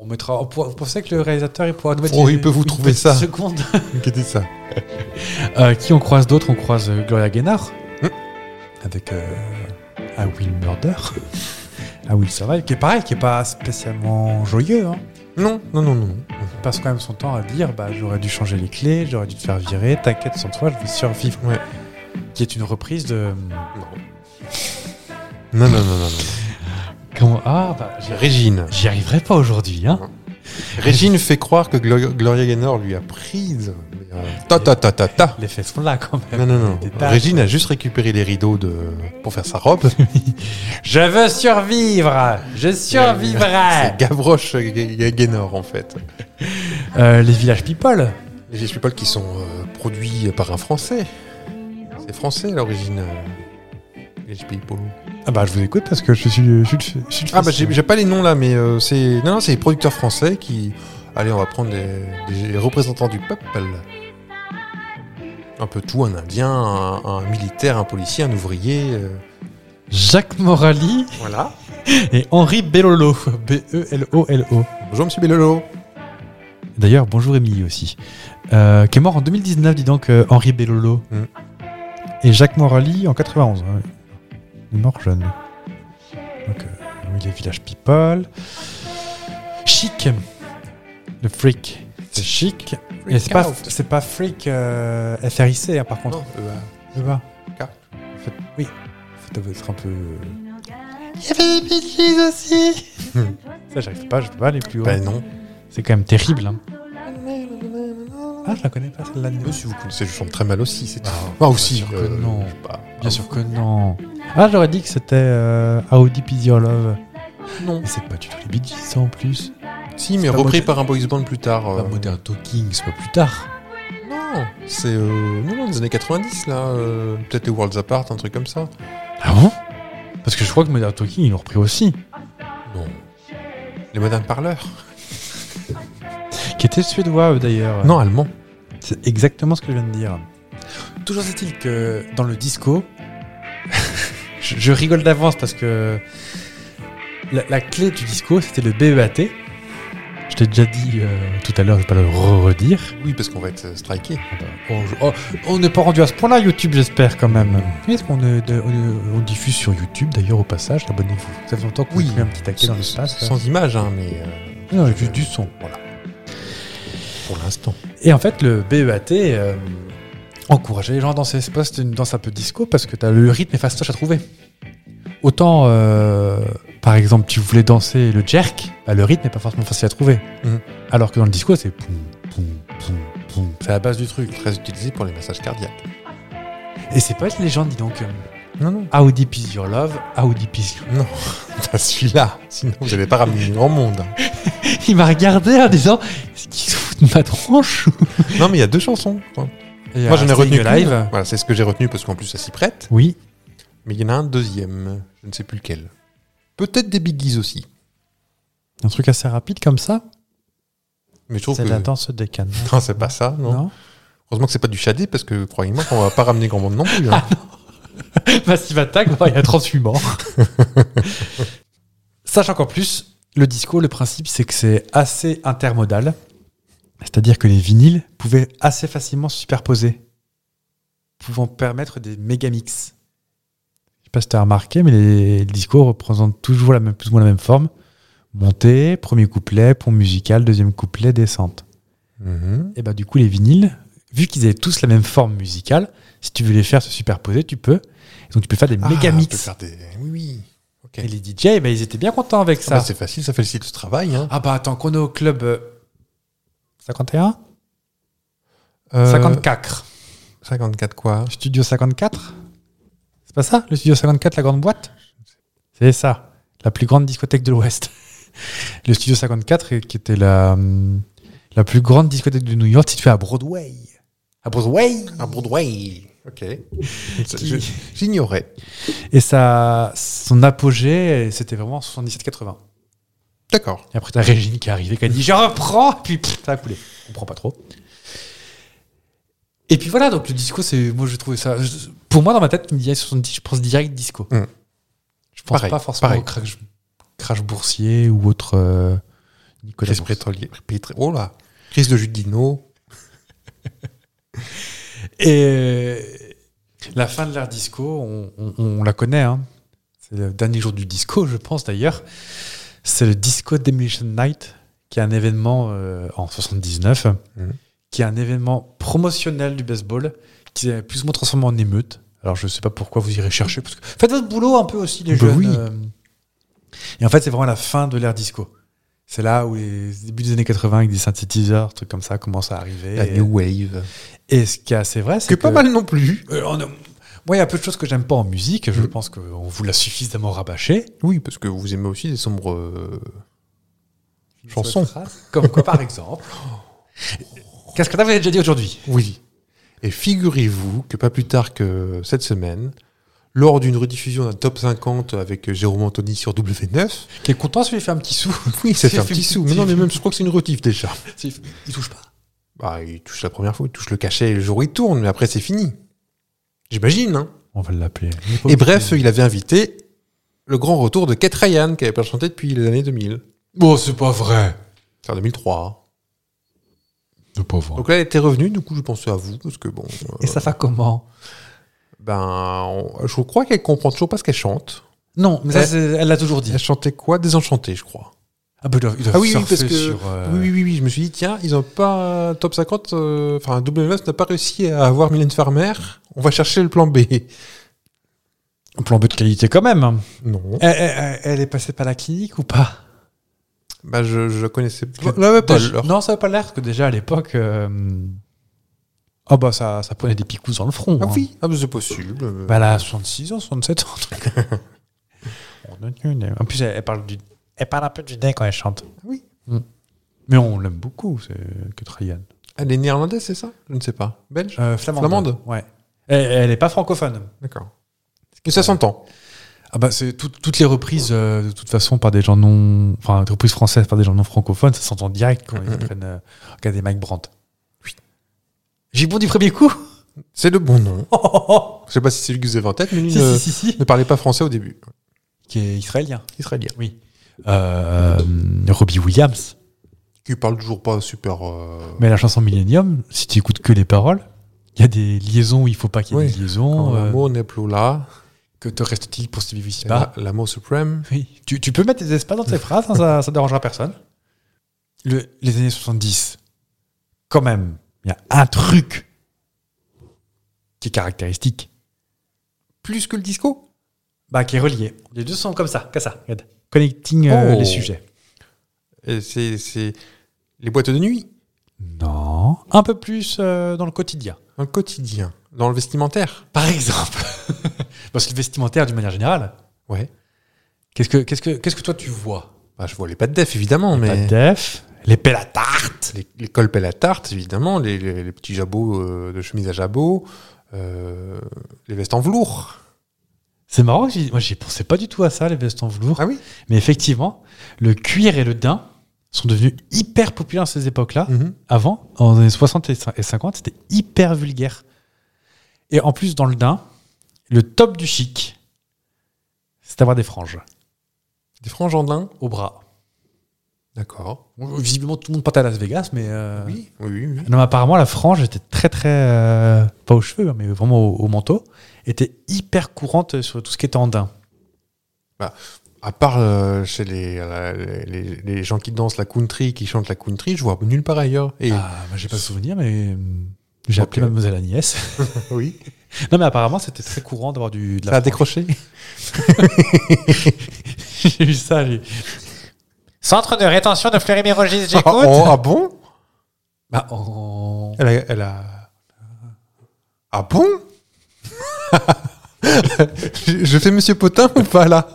[SPEAKER 2] On mettra. on pour- Vous pensez que le réalisateur il pourra nous mettre
[SPEAKER 1] Oh, il
[SPEAKER 2] une-
[SPEAKER 1] peut vous
[SPEAKER 2] une
[SPEAKER 1] trouver
[SPEAKER 2] petite
[SPEAKER 1] ça.
[SPEAKER 2] Seconde.
[SPEAKER 1] Qu'était ça
[SPEAKER 2] Euh, qui on croise d'autres On croise euh, Gloria Gaynor
[SPEAKER 1] Hmm.
[SPEAKER 2] avec euh, I Will Murder, I Will Survive, qui est pareil, qui est pas spécialement joyeux. Hein.
[SPEAKER 1] Non, non, non, non.
[SPEAKER 2] Il passe quand même son temps à dire bah j'aurais dû changer les clés, j'aurais dû te faire virer, t'inquiète sans toi je vais survivre.
[SPEAKER 1] Ouais.
[SPEAKER 2] Qui est une reprise de
[SPEAKER 1] Non, non, non, non. non.
[SPEAKER 2] comment ah bah j'y arrive-
[SPEAKER 1] Régine.
[SPEAKER 2] j'y arriverai pas aujourd'hui hein.
[SPEAKER 1] Régine fait croire que Glo- Gloria Gaynor lui a prise. Mais, euh, Ta ta ta ta ta.
[SPEAKER 2] Les fesses sont là quand même.
[SPEAKER 1] Non, non, non.
[SPEAKER 2] Des tâches.
[SPEAKER 1] Régine a juste récupéré les rideaux de... pour faire sa robe.
[SPEAKER 2] Je veux survivre, je survivrai.
[SPEAKER 1] C'est Gavroche Gay- Gay- Gaynor, en fait.
[SPEAKER 2] Euh, les Village People.
[SPEAKER 1] Les Village People qui sont euh, produits par un Français. C'est français, à l'origine. euh, Village People.
[SPEAKER 2] Ah bah je vous écoute parce que je suis je suis, je suis-
[SPEAKER 1] Ah, bah, j'ai j'ai pas les noms là, mais euh, c'est. Non, non, c'est les producteurs français qui. Allez, on va prendre des, des représentants du peuple. Un peu tout, un indien, un, un militaire, un policier, un ouvrier. euh,
[SPEAKER 2] Jacques Morali
[SPEAKER 1] Voilà.
[SPEAKER 2] et Henri Bellolo. E B-E-L-O-L-O.
[SPEAKER 1] Bonjour, monsieur Bellolo.
[SPEAKER 2] D'ailleurs, bonjour Émilie aussi. Euh, qui est mort en 2019, dis donc, euh, Henri Bellolo.
[SPEAKER 1] Mm.
[SPEAKER 2] Et Jacques Morali en 91. hein. Il est mort jeune. Donc, euh, oui, les Village People. Chic. Le freak. C'est chic. Et c'est pas,
[SPEAKER 1] out.
[SPEAKER 2] c'est pas freak euh, FRIC, hein, par contre.
[SPEAKER 1] Non, euh,
[SPEAKER 2] Je sais pas.
[SPEAKER 1] Car-
[SPEAKER 2] Faites- oui. Ça doit être un peu. euh,
[SPEAKER 6] Il y avait des bêtises aussi.
[SPEAKER 2] Ça, j'arrive pas, je peux pas aller plus haut.
[SPEAKER 1] ben non.
[SPEAKER 2] C'est quand même terrible. hein. Ah, je la connais pas celle-là.
[SPEAKER 1] Eux, si vous connaissez, je chante très mal aussi, c'est tout.
[SPEAKER 2] Ah,
[SPEAKER 1] Moi aussi. euh,
[SPEAKER 2] bien sûr que non.
[SPEAKER 1] je sais pas.
[SPEAKER 2] Bien sûr que non. Ah, j'aurais dit que c'était euh, Audi Is Your Love.
[SPEAKER 1] Non.
[SPEAKER 2] Mais c'est pas du tout les Bee Gees, en plus.
[SPEAKER 1] Si, mais
[SPEAKER 2] pas
[SPEAKER 1] repris
[SPEAKER 2] moderne.
[SPEAKER 1] par un boys band plus tard. euh,
[SPEAKER 2] Pas Modern Talking, c'est pas plus tard.
[SPEAKER 1] Non, c'est euh, non, non, des années 90, là. euh, Peut-être les Worlds Apart, un truc comme ça.
[SPEAKER 2] Ah bon Parce que je crois que Modern Talking, ils l'ont repris aussi.
[SPEAKER 1] Non. Les Modern Parleurs
[SPEAKER 2] Qui était suédois, euh, d'ailleurs.
[SPEAKER 1] Non, allemand.
[SPEAKER 2] C'est exactement ce que je viens de dire. Toujours est-il que dans le disco, je, je rigole d'avance parce que la, la clé du disco, c'était le BEAT. Je t'ai déjà dit euh, tout à l'heure, je vais pas le redire.
[SPEAKER 1] Oui, parce qu'on va être euh, striké.
[SPEAKER 2] Oh, je- oh, on n'est pas rendu à ce point-là, YouTube, j'espère, quand même. Oui, Est-ce qu'on est de- on- on diffuse sur YouTube, d'ailleurs, au passage Abonnez-vous. Ça fait longtemps que
[SPEAKER 1] Oui.
[SPEAKER 2] vous avez un petit taquet dans l'espace.
[SPEAKER 1] Sans image, hein, mais euh,
[SPEAKER 2] Non, juste du son. Voilà.
[SPEAKER 1] pour l'instant.
[SPEAKER 2] Et en fait, le BEAT euh, encourageait les gens à danser. C'est pas c'était une danse un peu disco parce que t'as le rythme est fastoche à trouver. Autant, euh, par exemple, tu voulais danser le jerk, bah, le rythme n'est pas forcément facile à trouver.
[SPEAKER 1] Mhm.
[SPEAKER 2] Alors que dans le disco, c'est poum, poum, poum, poum. C'est la base du truc.
[SPEAKER 1] Très utilisé pour les massages cardiaques.
[SPEAKER 2] Et c'est pas une légende, dis donc.
[SPEAKER 1] Non, non.
[SPEAKER 2] How deep is your love? How deep is your...
[SPEAKER 1] Non, pas celui-là. Sinon, vous n'allez pas ramener grand monde. hein.
[SPEAKER 2] Il m'a regardé en disant, est-ce qu'il se fout de ma tronche?
[SPEAKER 1] Non, mais il y a deux chansons. quoi. Moi, j'en ai retenu qu'une. Voilà, c'est ce que j'ai retenu parce qu'en plus, ça s'y prête.
[SPEAKER 2] Oui.
[SPEAKER 1] Mais il y en a un deuxième. Je ne sais plus lequel. Peut-être des Biggies aussi.
[SPEAKER 2] Un truc assez rapide comme ça.
[SPEAKER 1] Mais je trouve
[SPEAKER 2] C'est
[SPEAKER 1] que.
[SPEAKER 2] la danse des cannes.
[SPEAKER 1] Non, c'est pas ça, non.
[SPEAKER 2] non
[SPEAKER 1] Heureusement que c'est pas du chadé parce que croyez-moi qu'on va pas ramener grand monde non plus. hein.
[SPEAKER 2] Massive attaque, bon, il y a 38 morts. Sachant qu'en plus, le disco, le principe, c'est que c'est assez intermodal. C'est-à-dire que les vinyles pouvaient assez facilement se superposer, pouvant permettre des méga mix. Je sais pas si tu as remarqué, mais les, les discos représentent toujours la même, plus ou moins la même forme. Montée, premier couplet, pont musical, deuxième couplet, descente
[SPEAKER 1] Mhm.
[SPEAKER 2] et bah du coup les vinyles, vu qu'ils avaient tous la même forme musicale, si tu veux les faire se superposer, tu peux. Et donc tu peux faire des méga
[SPEAKER 1] Ah, on peut
[SPEAKER 2] mix.
[SPEAKER 1] faire des- Oui, oui. Ok.
[SPEAKER 2] Et les DJ, bah, ils étaient bien contents avec
[SPEAKER 1] Ah bah,
[SPEAKER 2] ça.
[SPEAKER 1] c'est facile, ça fait le site de travail. Hein.
[SPEAKER 2] Ah bah attends, qu'on est au club euh, 51
[SPEAKER 1] Euh,
[SPEAKER 2] 54.
[SPEAKER 1] 54 quoi
[SPEAKER 2] Studio 54 C'est pas ça Le Studio 54, la grande boîte C'est ça, la plus grande discothèque de l'Ouest. Le Studio 54, euh, qui était la, hum, la plus grande discothèque de New York, située à Broadway. À Broadway
[SPEAKER 1] Un Broadway. Ok. Je-
[SPEAKER 2] Qui-
[SPEAKER 1] J'ignorais.
[SPEAKER 2] Et ça, son apogée, c'était vraiment 77-80.
[SPEAKER 1] D'accord.
[SPEAKER 2] Et après, t'as Régine qui est arrivée, qui a dit Je reprends Puis pff, ça a coulé. On comprend pas trop. Et puis voilà, donc le disco, c'est. Moi, je trouvais ça. je- Pour moi, dans ma tête, il y a 70, je pense direct disco.
[SPEAKER 1] Hum.
[SPEAKER 2] Je pense
[SPEAKER 1] Pareil,
[SPEAKER 2] pas forcément
[SPEAKER 1] pareil.
[SPEAKER 2] au crash, crash boursier ou autre. euh, Nicolas
[SPEAKER 1] Crise
[SPEAKER 2] Bourse.
[SPEAKER 1] pétrolière. pétro- Oh là. Crise de jus de dino.
[SPEAKER 2] Et euh, la fin de l'ère disco, on, on- on la connaît. hein. C'est le dernier jour du disco, je pense d'ailleurs. C'est le Disco Demolition Night, qui est un événement euh, en 79,
[SPEAKER 1] Mhm.
[SPEAKER 2] qui est un événement promotionnel du baseball, qui est plus ou moins transformé en émeute. Alors je sais pas pourquoi vous irez chercher. Parce que... Faites votre boulot un peu aussi, les
[SPEAKER 1] Bah
[SPEAKER 2] jeunes.
[SPEAKER 1] oui.
[SPEAKER 2] euh. Et en fait, c'est vraiment la fin de l'ère disco. C'est là où les débuts des années 80 avec des synthétiseurs, trucs comme ça, commencent à arriver.
[SPEAKER 1] La New Wave.
[SPEAKER 2] Et ce qui est assez vrai,
[SPEAKER 1] Que
[SPEAKER 2] c'est que
[SPEAKER 1] pas mal non plus.
[SPEAKER 2] euh, on a- Moi, il y a peu de choses que j'aime pas en musique. Je pense qu'on vous l'a suffisamment rabâché.
[SPEAKER 1] Oui, parce que vous aimez aussi des sombres euh, chansons.
[SPEAKER 2] Comme quoi, par exemple. Qu'est-ce que vous avez déjà dit aujourd'hui
[SPEAKER 1] Oui. Et figurez-vous que pas plus tard que cette semaine, lors d'une rediffusion d'un top 50 avec euh, Jérôme Anthony sur W9,
[SPEAKER 2] Qui est content, celui-là, il fait un petit sou.
[SPEAKER 1] oui, ça fait un petit sou. Mais non, mais même, je crois que c'est une rediff déjà.
[SPEAKER 2] Il il touche pas.
[SPEAKER 1] Bah, il touche la première fois, il touche le cachet et le jour où il tourne, mais après c'est fini. J'imagine, hein.
[SPEAKER 2] On va l'appeler.
[SPEAKER 1] Et bref, il avait invité le grand retour de Kate Ryan, qui avait pas chanté depuis les années 2000.
[SPEAKER 2] Bon, c'est pas vrai.
[SPEAKER 1] C'est-à-dire 2003.
[SPEAKER 2] C'est pas vrai.
[SPEAKER 1] Donc là, elle était revenue, du coup, je pensais à vous, parce que bon. euh,
[SPEAKER 2] Et ça va comment
[SPEAKER 1] Ben, on- je crois qu'elle comprend toujours pas ce qu'elle chante.
[SPEAKER 2] Non, mais ça,
[SPEAKER 1] Elle-
[SPEAKER 2] c'est- elle l'a toujours dit.
[SPEAKER 1] Elle chantait quoi Désenchantée, je crois.
[SPEAKER 2] Ah, bah, ils doivent- ils doivent
[SPEAKER 1] Ah oui, oui,
[SPEAKER 2] surfer
[SPEAKER 1] parce que-
[SPEAKER 2] sur, euh,
[SPEAKER 1] Oui, oui, oui, je me suis dit, tiens, ils ont pas. Top 50, euh, enfin, WS n'a pas réussi à avoir Mylène Farmer. On va chercher le plan B.
[SPEAKER 2] Un plan B de qualité quand même.
[SPEAKER 1] Non.
[SPEAKER 2] Elle, elle- elle est passée par la clinique ou pas
[SPEAKER 1] Bah, je, je la connaissais pas.
[SPEAKER 2] Parce que
[SPEAKER 1] Elle avait pas
[SPEAKER 2] déjà-
[SPEAKER 1] l'heure.
[SPEAKER 2] non, ça n'avait pas l'air parce que déjà à l'époque. euh, Ah bah ça, ça prenait des picous dans le front.
[SPEAKER 1] Ah
[SPEAKER 2] hein.
[SPEAKER 1] oui, ah, mais c'est possible. euh,
[SPEAKER 2] Bah elle a 66 ans, 67 ans. On a une- hein. en plus, elle, elle parle du, elle parle un peu du nez quand elle chante.
[SPEAKER 1] Oui.
[SPEAKER 2] Mm. Mais on l'aime beaucoup, c'est que Ryan.
[SPEAKER 1] Elle est néerlandaise, c'est ça Je ne sais pas. Belge
[SPEAKER 2] Euh, flamande.
[SPEAKER 1] Flamande
[SPEAKER 2] Ouais. Elle n'est pas francophone.
[SPEAKER 1] D'accord. Et ça s'entend.
[SPEAKER 2] Ah bah c'est tout- toutes les reprises euh, de toute façon par des gens non, enfin des reprises françaises par des gens non francophones, ça s'entend direct quand ils prennent. euh, regardez Mike Brandt. J'ai bon du premier coup.
[SPEAKER 1] C'est le bon nom.
[SPEAKER 2] Oh, oh, oh.
[SPEAKER 1] Je sais pas si c'est lui que vous avez en tête, mais lui
[SPEAKER 2] Si,
[SPEAKER 1] ne,
[SPEAKER 2] si, si, si.
[SPEAKER 1] ne parlait pas français au début.
[SPEAKER 2] Qui est israélien.
[SPEAKER 1] Israélien.
[SPEAKER 2] Oui. Euh, Robbie Williams.
[SPEAKER 1] Qui parle toujours pas super. euh,
[SPEAKER 2] Mais la chanson Millennium, si tu écoutes que les paroles, il y a des liaisons où il faut pas qu'il y ait
[SPEAKER 1] Oui.
[SPEAKER 2] des liaisons.
[SPEAKER 1] quand
[SPEAKER 2] euh,
[SPEAKER 1] L'amour n'est plus là.
[SPEAKER 2] que te reste-t-il pour Stevie Vici
[SPEAKER 1] la- L'amour suprême.
[SPEAKER 2] Oui. Tu, tu peux mettre des espaces dans tes phrases, hein, ça, ça dérangera personne. Le- les années 70, quand même, il y a un truc qui est caractéristique,
[SPEAKER 1] Plus que le disco
[SPEAKER 2] bah, qui est relié. Les deux sont comme ça, comme ça, regarde. Connecting euh,
[SPEAKER 1] Oh.
[SPEAKER 2] les sujets.
[SPEAKER 1] Et C'est c'est les boîtes de nuit.
[SPEAKER 2] Non. Un peu plus euh, dans le quotidien.
[SPEAKER 1] Un quotidien. Dans le vestimentaire.
[SPEAKER 2] Par exemple. Parce que le vestimentaire, d'une manière générale,
[SPEAKER 1] Ouais.
[SPEAKER 2] qu'est-ce que, qu'est-ce que, qu'est-ce que toi tu vois
[SPEAKER 1] Bah, je vois les pattes def, évidemment,
[SPEAKER 2] La
[SPEAKER 1] mais.
[SPEAKER 2] def, les pelles à tarte.
[SPEAKER 1] Les, les cols pelle à tarte, évidemment. Les, les- les petits jabots euh, de chemise à jabots. euh, les vestes en velours.
[SPEAKER 2] C'est marrant, j'y- moi j'y pensais pas du tout à ça, les vestes en velours.
[SPEAKER 1] Ah oui
[SPEAKER 2] Mais effectivement, le cuir et le daim sont devenus hyper populaires à ces époques-là.
[SPEAKER 1] Mhm.
[SPEAKER 2] Avant, en années 60 et cin- et 50, c'était hyper vulgaire. Et en plus, dans le daim, Le top du chic, c'est d'avoir des franges
[SPEAKER 1] Des franges en lin
[SPEAKER 2] au bras.
[SPEAKER 1] D'accord.
[SPEAKER 2] Bon, Visiblement, tout le monde partait à Las Vegas, mais. euh,
[SPEAKER 1] Oui, oui, oui.
[SPEAKER 2] Non, mais apparemment, la frange était très, très. euh, pas aux cheveux, hein, mais vraiment au, au manteau. Était hyper courante sur tout ce qui était andin.
[SPEAKER 1] À part euh, chez les, euh, les, les- les gens qui dansent la country, qui chantent la country, je vois nulle part ailleurs. Et
[SPEAKER 2] Ah, bah, j'ai pas de souvenir, mais. euh, J'ai appelé
[SPEAKER 1] Ok.
[SPEAKER 2] mademoiselle Agnès.
[SPEAKER 1] oui,
[SPEAKER 2] non, mais apparemment, c'était très courant d'avoir du. De
[SPEAKER 1] ça a
[SPEAKER 2] la frange.
[SPEAKER 1] décroché.
[SPEAKER 2] j'ai vu ça. j'ai-
[SPEAKER 7] Centre de rétention de Fleury-Mérogis,
[SPEAKER 1] Ah,
[SPEAKER 7] j'écoute.
[SPEAKER 1] oh, ah bon
[SPEAKER 2] Bah, en-
[SPEAKER 1] elle a, elle a- Ah bon je, je fais Monsieur Potin ou pas là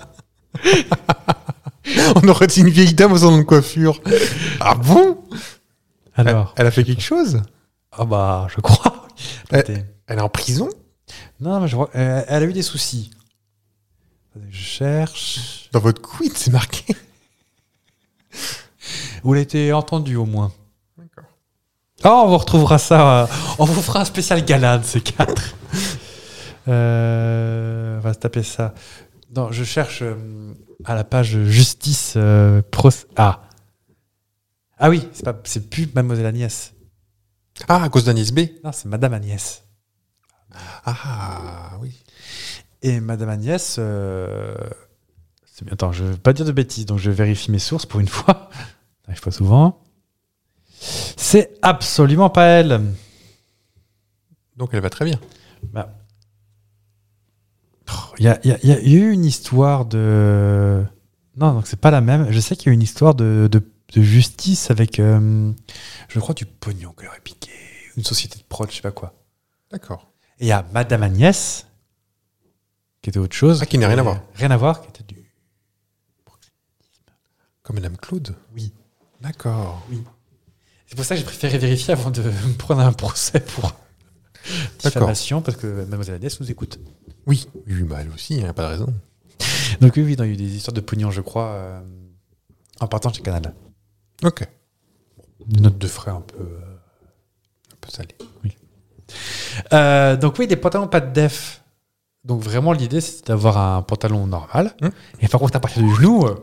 [SPEAKER 1] On aurait dit une vieille dame au salon de coiffure. Ah bon elle,
[SPEAKER 2] Alors.
[SPEAKER 1] elle a fait quelque chose
[SPEAKER 2] Ah, bah, je crois.
[SPEAKER 1] Eh.
[SPEAKER 2] Attendez.
[SPEAKER 1] Elle est en prison
[SPEAKER 2] Non, mais je vois. euh, elle a eu des soucis. Attendez, Je cherche.
[SPEAKER 1] Dans votre quid, c'est marqué.
[SPEAKER 2] Ou elle a été entendue au moins. Ah, on vous retrouvera ça. euh, on vous fera un spécial gala de ces quatre. Euh, on va se taper ça. Non, je cherche euh, à la page justice euh, proc- Ah. Ah oui, c'est pas- c'est plus Mademoiselle Agnès.
[SPEAKER 1] Ah, à cause d'Agnès B.
[SPEAKER 2] Non, c'est Madame Agnès.
[SPEAKER 1] Ah oui.
[SPEAKER 2] Et Madame Agnès. euh, c'est bien- Attends, je ne veux pas dire de bêtises, donc je vérifie mes sources pour une fois. Ça n'arrive pas souvent. C'est absolument pas elle.
[SPEAKER 1] Donc elle va très bien.
[SPEAKER 2] Bah. Oh, Il y, a, il y a- il y a eu une histoire de. Non, donc c'est pas la même. Je sais qu'il y a eu une histoire de, de- de justice avec, euh, je crois, du pognon que leur est piqué. Une société de prod, je sais pas quoi.
[SPEAKER 1] D'accord.
[SPEAKER 2] Et il y a Madame Agnès, qui était autre chose.
[SPEAKER 1] Ah, qui n'a rien à voir.
[SPEAKER 2] Rien à voir, qui était du,
[SPEAKER 1] Comme Madame Claude
[SPEAKER 2] Oui.
[SPEAKER 1] D'accord.
[SPEAKER 2] C'est pour ça que j'ai préféré vérifier avant de me prendre un procès pour diffamation, parce que Mademoiselle Agnès nous écoute.
[SPEAKER 1] Oui. Oui, bah elle aussi, il n'y a pas de raison.
[SPEAKER 2] Donc oui, oui, non, il y a eu des histoires de pognon, je crois, euh, en partant chez Canal.
[SPEAKER 1] Ok.
[SPEAKER 2] Une note de frais un peu...
[SPEAKER 1] Un peu salé.
[SPEAKER 2] Euh, donc oui, des pantalons pas de def. Donc vraiment, l'idée, c'est d'avoir un pantalon normal.
[SPEAKER 1] Hum.
[SPEAKER 2] Et par contre, à partir du genou, euh,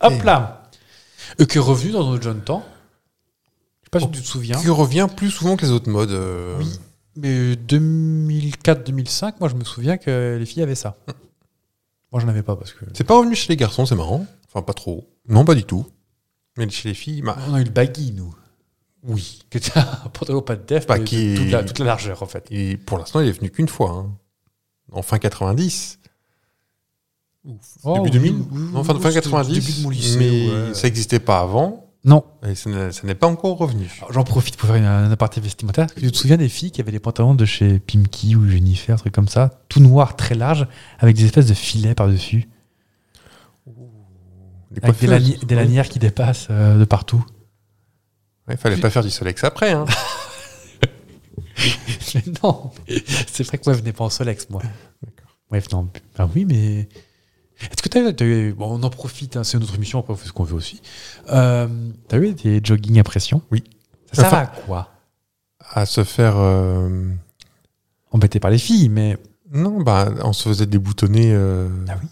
[SPEAKER 2] hop
[SPEAKER 1] Et-
[SPEAKER 2] là Et Euh, qui est revenu dans notre jeune temps. Je sais pas si
[SPEAKER 1] Oh.
[SPEAKER 2] tu te souviens.
[SPEAKER 1] Qui revient plus souvent que les autres modes. euh,
[SPEAKER 2] Oui. Mais 2004-2005, moi je me souviens que les filles avaient ça. Moi j'en avais pas parce que.
[SPEAKER 1] C'est pas revenu chez les garçons, c'est marrant. Enfin, pas trop. Non, pas du tout. Mais chez les filles, bah,
[SPEAKER 2] On a eu le baggy, nous. Oui. Qui était un pantalon pas de def,
[SPEAKER 1] Bah,
[SPEAKER 2] mais de
[SPEAKER 1] qui-
[SPEAKER 2] toute, la, toute la largeur en fait.
[SPEAKER 1] il- pour l'instant, il est venu qu'une fois. hein. En fin 90.
[SPEAKER 2] Oh,
[SPEAKER 1] début
[SPEAKER 2] oui,
[SPEAKER 1] 2000.
[SPEAKER 2] oui, oui,
[SPEAKER 1] non, fin,
[SPEAKER 2] oui,
[SPEAKER 1] fin
[SPEAKER 2] c'était
[SPEAKER 1] 90.
[SPEAKER 2] le début de mon lycée,
[SPEAKER 1] mais
[SPEAKER 2] ouais.
[SPEAKER 1] ça n'existait pas avant.
[SPEAKER 2] Non.
[SPEAKER 1] Et ça n'est ça n'est pas encore revenu.
[SPEAKER 2] Alors, J'en profite pour faire une, un aparté vestimentaire. Est-ce que Tu te souviens des filles qui avaient des pantalons de chez Pimki ou Jennifer, un truc comme ça, tout noir, très large, avec des espèces de filets par-dessus,
[SPEAKER 1] Les
[SPEAKER 2] avec des,
[SPEAKER 1] coiffeuses.
[SPEAKER 2] lani- des lanières qui dépassent euh, de partout.
[SPEAKER 1] Ouais, fallait pas faire du Solex après. hein.
[SPEAKER 2] Mais non, mais c'est vrai que moi, je venais pas en Solex, moi. Bref, non. Ah oui, mais. Est-ce que t'as eu. t'as eu- Bon, on en profite, hein, c'est notre émission, après, on fait ce qu'on veut aussi. Euh, t'as eu des jogging à pression
[SPEAKER 1] Oui.
[SPEAKER 2] Ça sert
[SPEAKER 1] Enfin-
[SPEAKER 2] à quoi
[SPEAKER 1] À se faire. euh,
[SPEAKER 2] Embêté par les filles, mais.
[SPEAKER 1] Non, bah, on se faisait déboutonner. euh,
[SPEAKER 2] Ah oui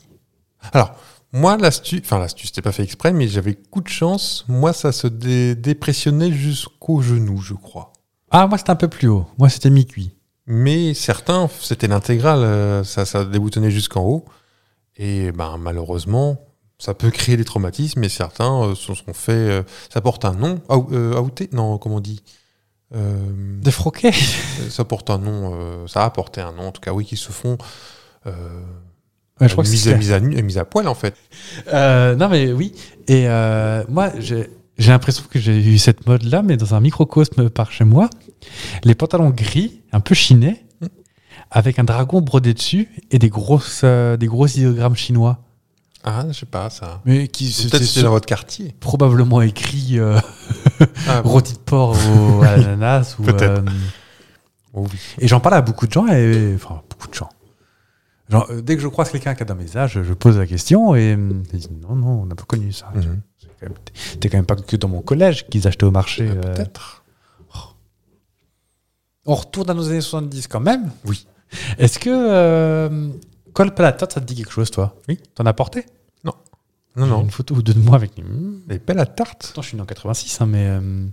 [SPEAKER 1] Alors, moi, l'astuce, enfin, l'astuce, c'était pas fait exprès, mais j'avais coup de chance. Moi, ça se dé- dépressionnait jusqu'au genou, je crois.
[SPEAKER 2] Ah, moi, c'était un peu plus haut. Moi, c'était mi-cuit.
[SPEAKER 1] Mais certains, c'était l'intégrale, euh, ça, ça déboutonnait jusqu'en haut. Et ben, malheureusement, ça peut créer des traumatismes, et certains euh, se sont fait. euh, ça porte un nom, ou- euh, outé, non, comment on dit Euh,
[SPEAKER 2] De froquet
[SPEAKER 1] Ça porte un nom, euh, ça a porté un nom, en tout cas, oui, qui se font. euh,
[SPEAKER 2] Ouais, je crois que
[SPEAKER 1] mise,
[SPEAKER 2] c'est
[SPEAKER 1] à, mise, à, nu- mise à poil, en fait.
[SPEAKER 2] Euh, non, mais oui. Et euh, moi, j'ai j'ai l'impression que j'ai eu cette mode-là, mais dans un microcosme par chez moi. Les pantalons gris, un peu chinés,
[SPEAKER 1] Mm.
[SPEAKER 2] avec un dragon brodé dessus et des grosses, euh, des gros idéogrammes chinois.
[SPEAKER 1] Ah, je sais pas, ça.
[SPEAKER 2] Mais qui
[SPEAKER 1] Peut-être c'était dans votre quartier.
[SPEAKER 2] probablement écrit euh,
[SPEAKER 1] Ah,
[SPEAKER 2] rôti de porc au, à l'ananas. ou,
[SPEAKER 1] Peut-être.
[SPEAKER 2] euh,
[SPEAKER 1] oh oui.
[SPEAKER 2] et j'en parle à beaucoup de gens, et, enfin, beaucoup de gens. Genre, euh, dès que je croise quelqu'un qui a dans mes âges, je pose la question et euh, ils disent non, non, on n'a pas connu ça.
[SPEAKER 1] Mhm.
[SPEAKER 2] C'est quand même- C'était quand même pas que dans mon collège qu'ils achetaient au marché.
[SPEAKER 1] Euh,
[SPEAKER 2] euh.
[SPEAKER 1] Peut-être.
[SPEAKER 2] On retourne à nos années 70 quand même.
[SPEAKER 1] Oui.
[SPEAKER 2] Est-ce que euh, col palatine, ça te dit quelque chose, toi
[SPEAKER 1] Oui.
[SPEAKER 2] T'en as porté
[SPEAKER 1] Non,
[SPEAKER 2] J'ai
[SPEAKER 1] non.
[SPEAKER 2] Une photo ou deux de moi avec. Pourtant,
[SPEAKER 1] Les pelles à tarte.
[SPEAKER 2] je suis né en 86, hein, mais euh,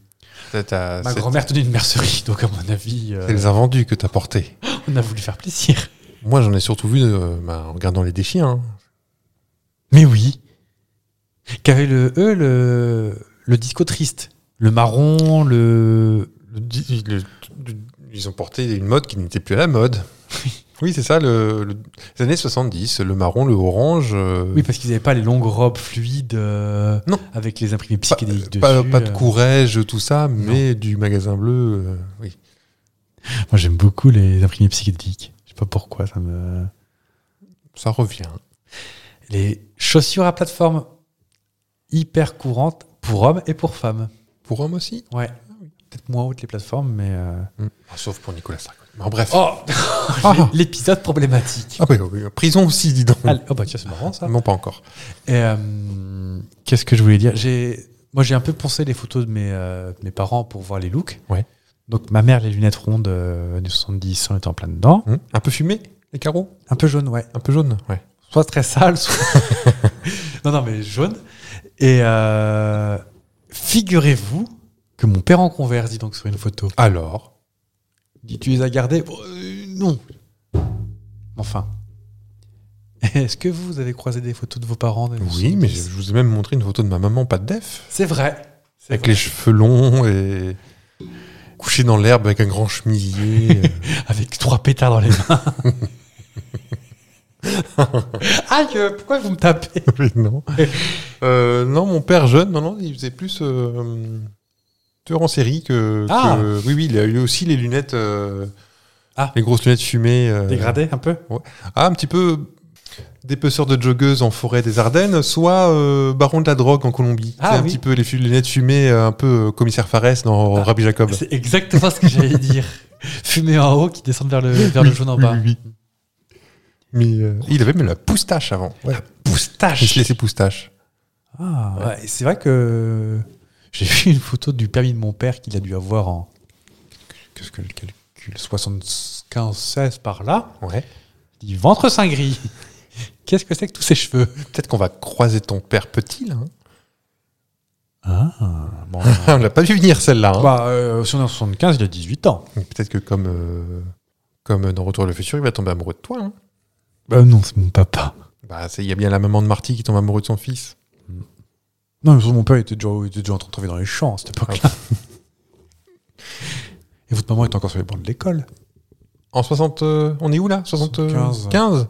[SPEAKER 1] T'as- t'as-
[SPEAKER 2] ma
[SPEAKER 1] C'est
[SPEAKER 2] grand-mère tenait une mercerie, donc à mon avis, euh,
[SPEAKER 1] c'est les invendus que t'as portés.
[SPEAKER 2] on a voulu faire plaisir.
[SPEAKER 1] Moi, j'en ai surtout vu euh, bah, en regardant les déchets. hein.
[SPEAKER 2] Mais oui. Qu'avait le E, le, le disco triste, le marron, le.
[SPEAKER 1] Le di- le- le- ils ont porté une mode qui n'était plus à la mode. Oui, c'est ça, le, le- les années 70, le marron, le orange. euh,
[SPEAKER 2] Oui, parce qu'ils n'avaient pas les longues robes fluides euh,
[SPEAKER 1] Non.
[SPEAKER 2] avec les imprimés
[SPEAKER 1] pas,
[SPEAKER 2] psychédéliques dessus.
[SPEAKER 1] pas- pas de
[SPEAKER 2] euh.
[SPEAKER 1] courage, tout ça, mais du magasin bleu. euh, oui.
[SPEAKER 2] Moi, j'aime beaucoup les imprimés psychédéliques. Je sais pas pourquoi, ça me.
[SPEAKER 1] Ça revient.
[SPEAKER 2] Les chaussures à plateforme, hyper courantes pour hommes et pour femmes.
[SPEAKER 1] Pour hommes aussi
[SPEAKER 2] Ouais. Peut-être moins hautes les plateformes, mais. euh,
[SPEAKER 1] Ah, Sauf pour Nicolas Sarkozy. Mais en bref.
[SPEAKER 2] Oh
[SPEAKER 1] Ah.
[SPEAKER 2] L'épisode problématique.
[SPEAKER 1] Ah oui, oui, oui, prison aussi, dis donc.
[SPEAKER 2] Allez, oh bah tiens, c'est marrant ça.
[SPEAKER 1] Non, pas encore.
[SPEAKER 2] Et, euh, Qu'est-ce que je voulais dire J'ai, Moi, j'ai un peu poncé les photos de mes, euh, de mes parents pour voir les looks.
[SPEAKER 1] Ouais.
[SPEAKER 2] Donc, ma mère, les lunettes rondes euh, des 70, on était en plein dedans.
[SPEAKER 1] Hum, un peu fumé, les carreaux
[SPEAKER 2] Un peu jaune, ouais.
[SPEAKER 1] Un peu jaune Ouais.
[SPEAKER 2] Soit très sale, soit. non, non, mais jaune. Et euh, figurez-vous que mon père en converse, dit donc sur une photo.
[SPEAKER 1] Ah. Alors
[SPEAKER 2] dit tu les as gardés Bon, euh, Non. Enfin. Est-ce que vous avez croisé des photos de vos parents des
[SPEAKER 1] Oui, mais je
[SPEAKER 2] 70?
[SPEAKER 1] vous ai même montré une photo de ma maman, pas de def.
[SPEAKER 2] C'est vrai. C'est
[SPEAKER 1] Avec
[SPEAKER 2] vrai.
[SPEAKER 1] les cheveux longs et couché dans l'herbe avec un grand chemisier.
[SPEAKER 2] Avec trois pétards dans les mains. Aïe, euh, pourquoi vous me tapez
[SPEAKER 1] Oui, non. Euh, non, mon père jeune, non, non, il faisait plus euh, tueur en série que.
[SPEAKER 2] Ah.
[SPEAKER 1] que- oui, oui, il a eu aussi les lunettes. euh,
[SPEAKER 2] Ah.
[SPEAKER 1] Les grosses lunettes fumées. euh,
[SPEAKER 2] Dégradé un peu
[SPEAKER 1] Ah, un petit peu dépeceur de joggeuse en forêt des Ardennes, soit euh, baron de la drogue en Colombie.
[SPEAKER 2] Ah,
[SPEAKER 1] C'est un
[SPEAKER 2] oui.
[SPEAKER 1] petit peu les fu- lunettes fumées, euh, un peu euh, commissaire Fares dans
[SPEAKER 2] Ah.
[SPEAKER 1] Rabbi Jacob.
[SPEAKER 2] C'est exactement ce que j'allais dire. Fumée en haut qui descend vers le, vers le jaune en bas.
[SPEAKER 1] Oui, oui. Mais euh, il avait même la poustache avant. La poustache. Il se laissait poustache.
[SPEAKER 2] Ah, ouais, c'est vrai que j'ai vu une photo du permis de mon père qu'il a dû avoir en. Qu'est-ce que le calcul 75, 16 par là.
[SPEAKER 1] Ouais.
[SPEAKER 2] Il dit ventre saint gris. Qu'est-ce que c'est que tous ces cheveux
[SPEAKER 1] Peut-être qu'on va croiser ton père petit là. hein.
[SPEAKER 2] Ah, bon.
[SPEAKER 1] On l'a pas vu venir celle-là. hein.
[SPEAKER 2] bah, euh, si on est en 75, il a 18 ans.
[SPEAKER 1] Mais Peut-être que comme euh, comme dans Retour vers le futur, il va tomber amoureux de toi. hein.
[SPEAKER 2] Bah, non, c'est mon papa.
[SPEAKER 1] Bah c'est- il y a bien la maman de Marty qui tombe amoureux de son fils.
[SPEAKER 2] Non, mais mon père était déjà, il était déjà en train de travailler dans les champs à cette époque-là. Ah. Et votre maman était encore sur les bancs de l'école.
[SPEAKER 1] En 60, euh, on est où là 75
[SPEAKER 2] 75.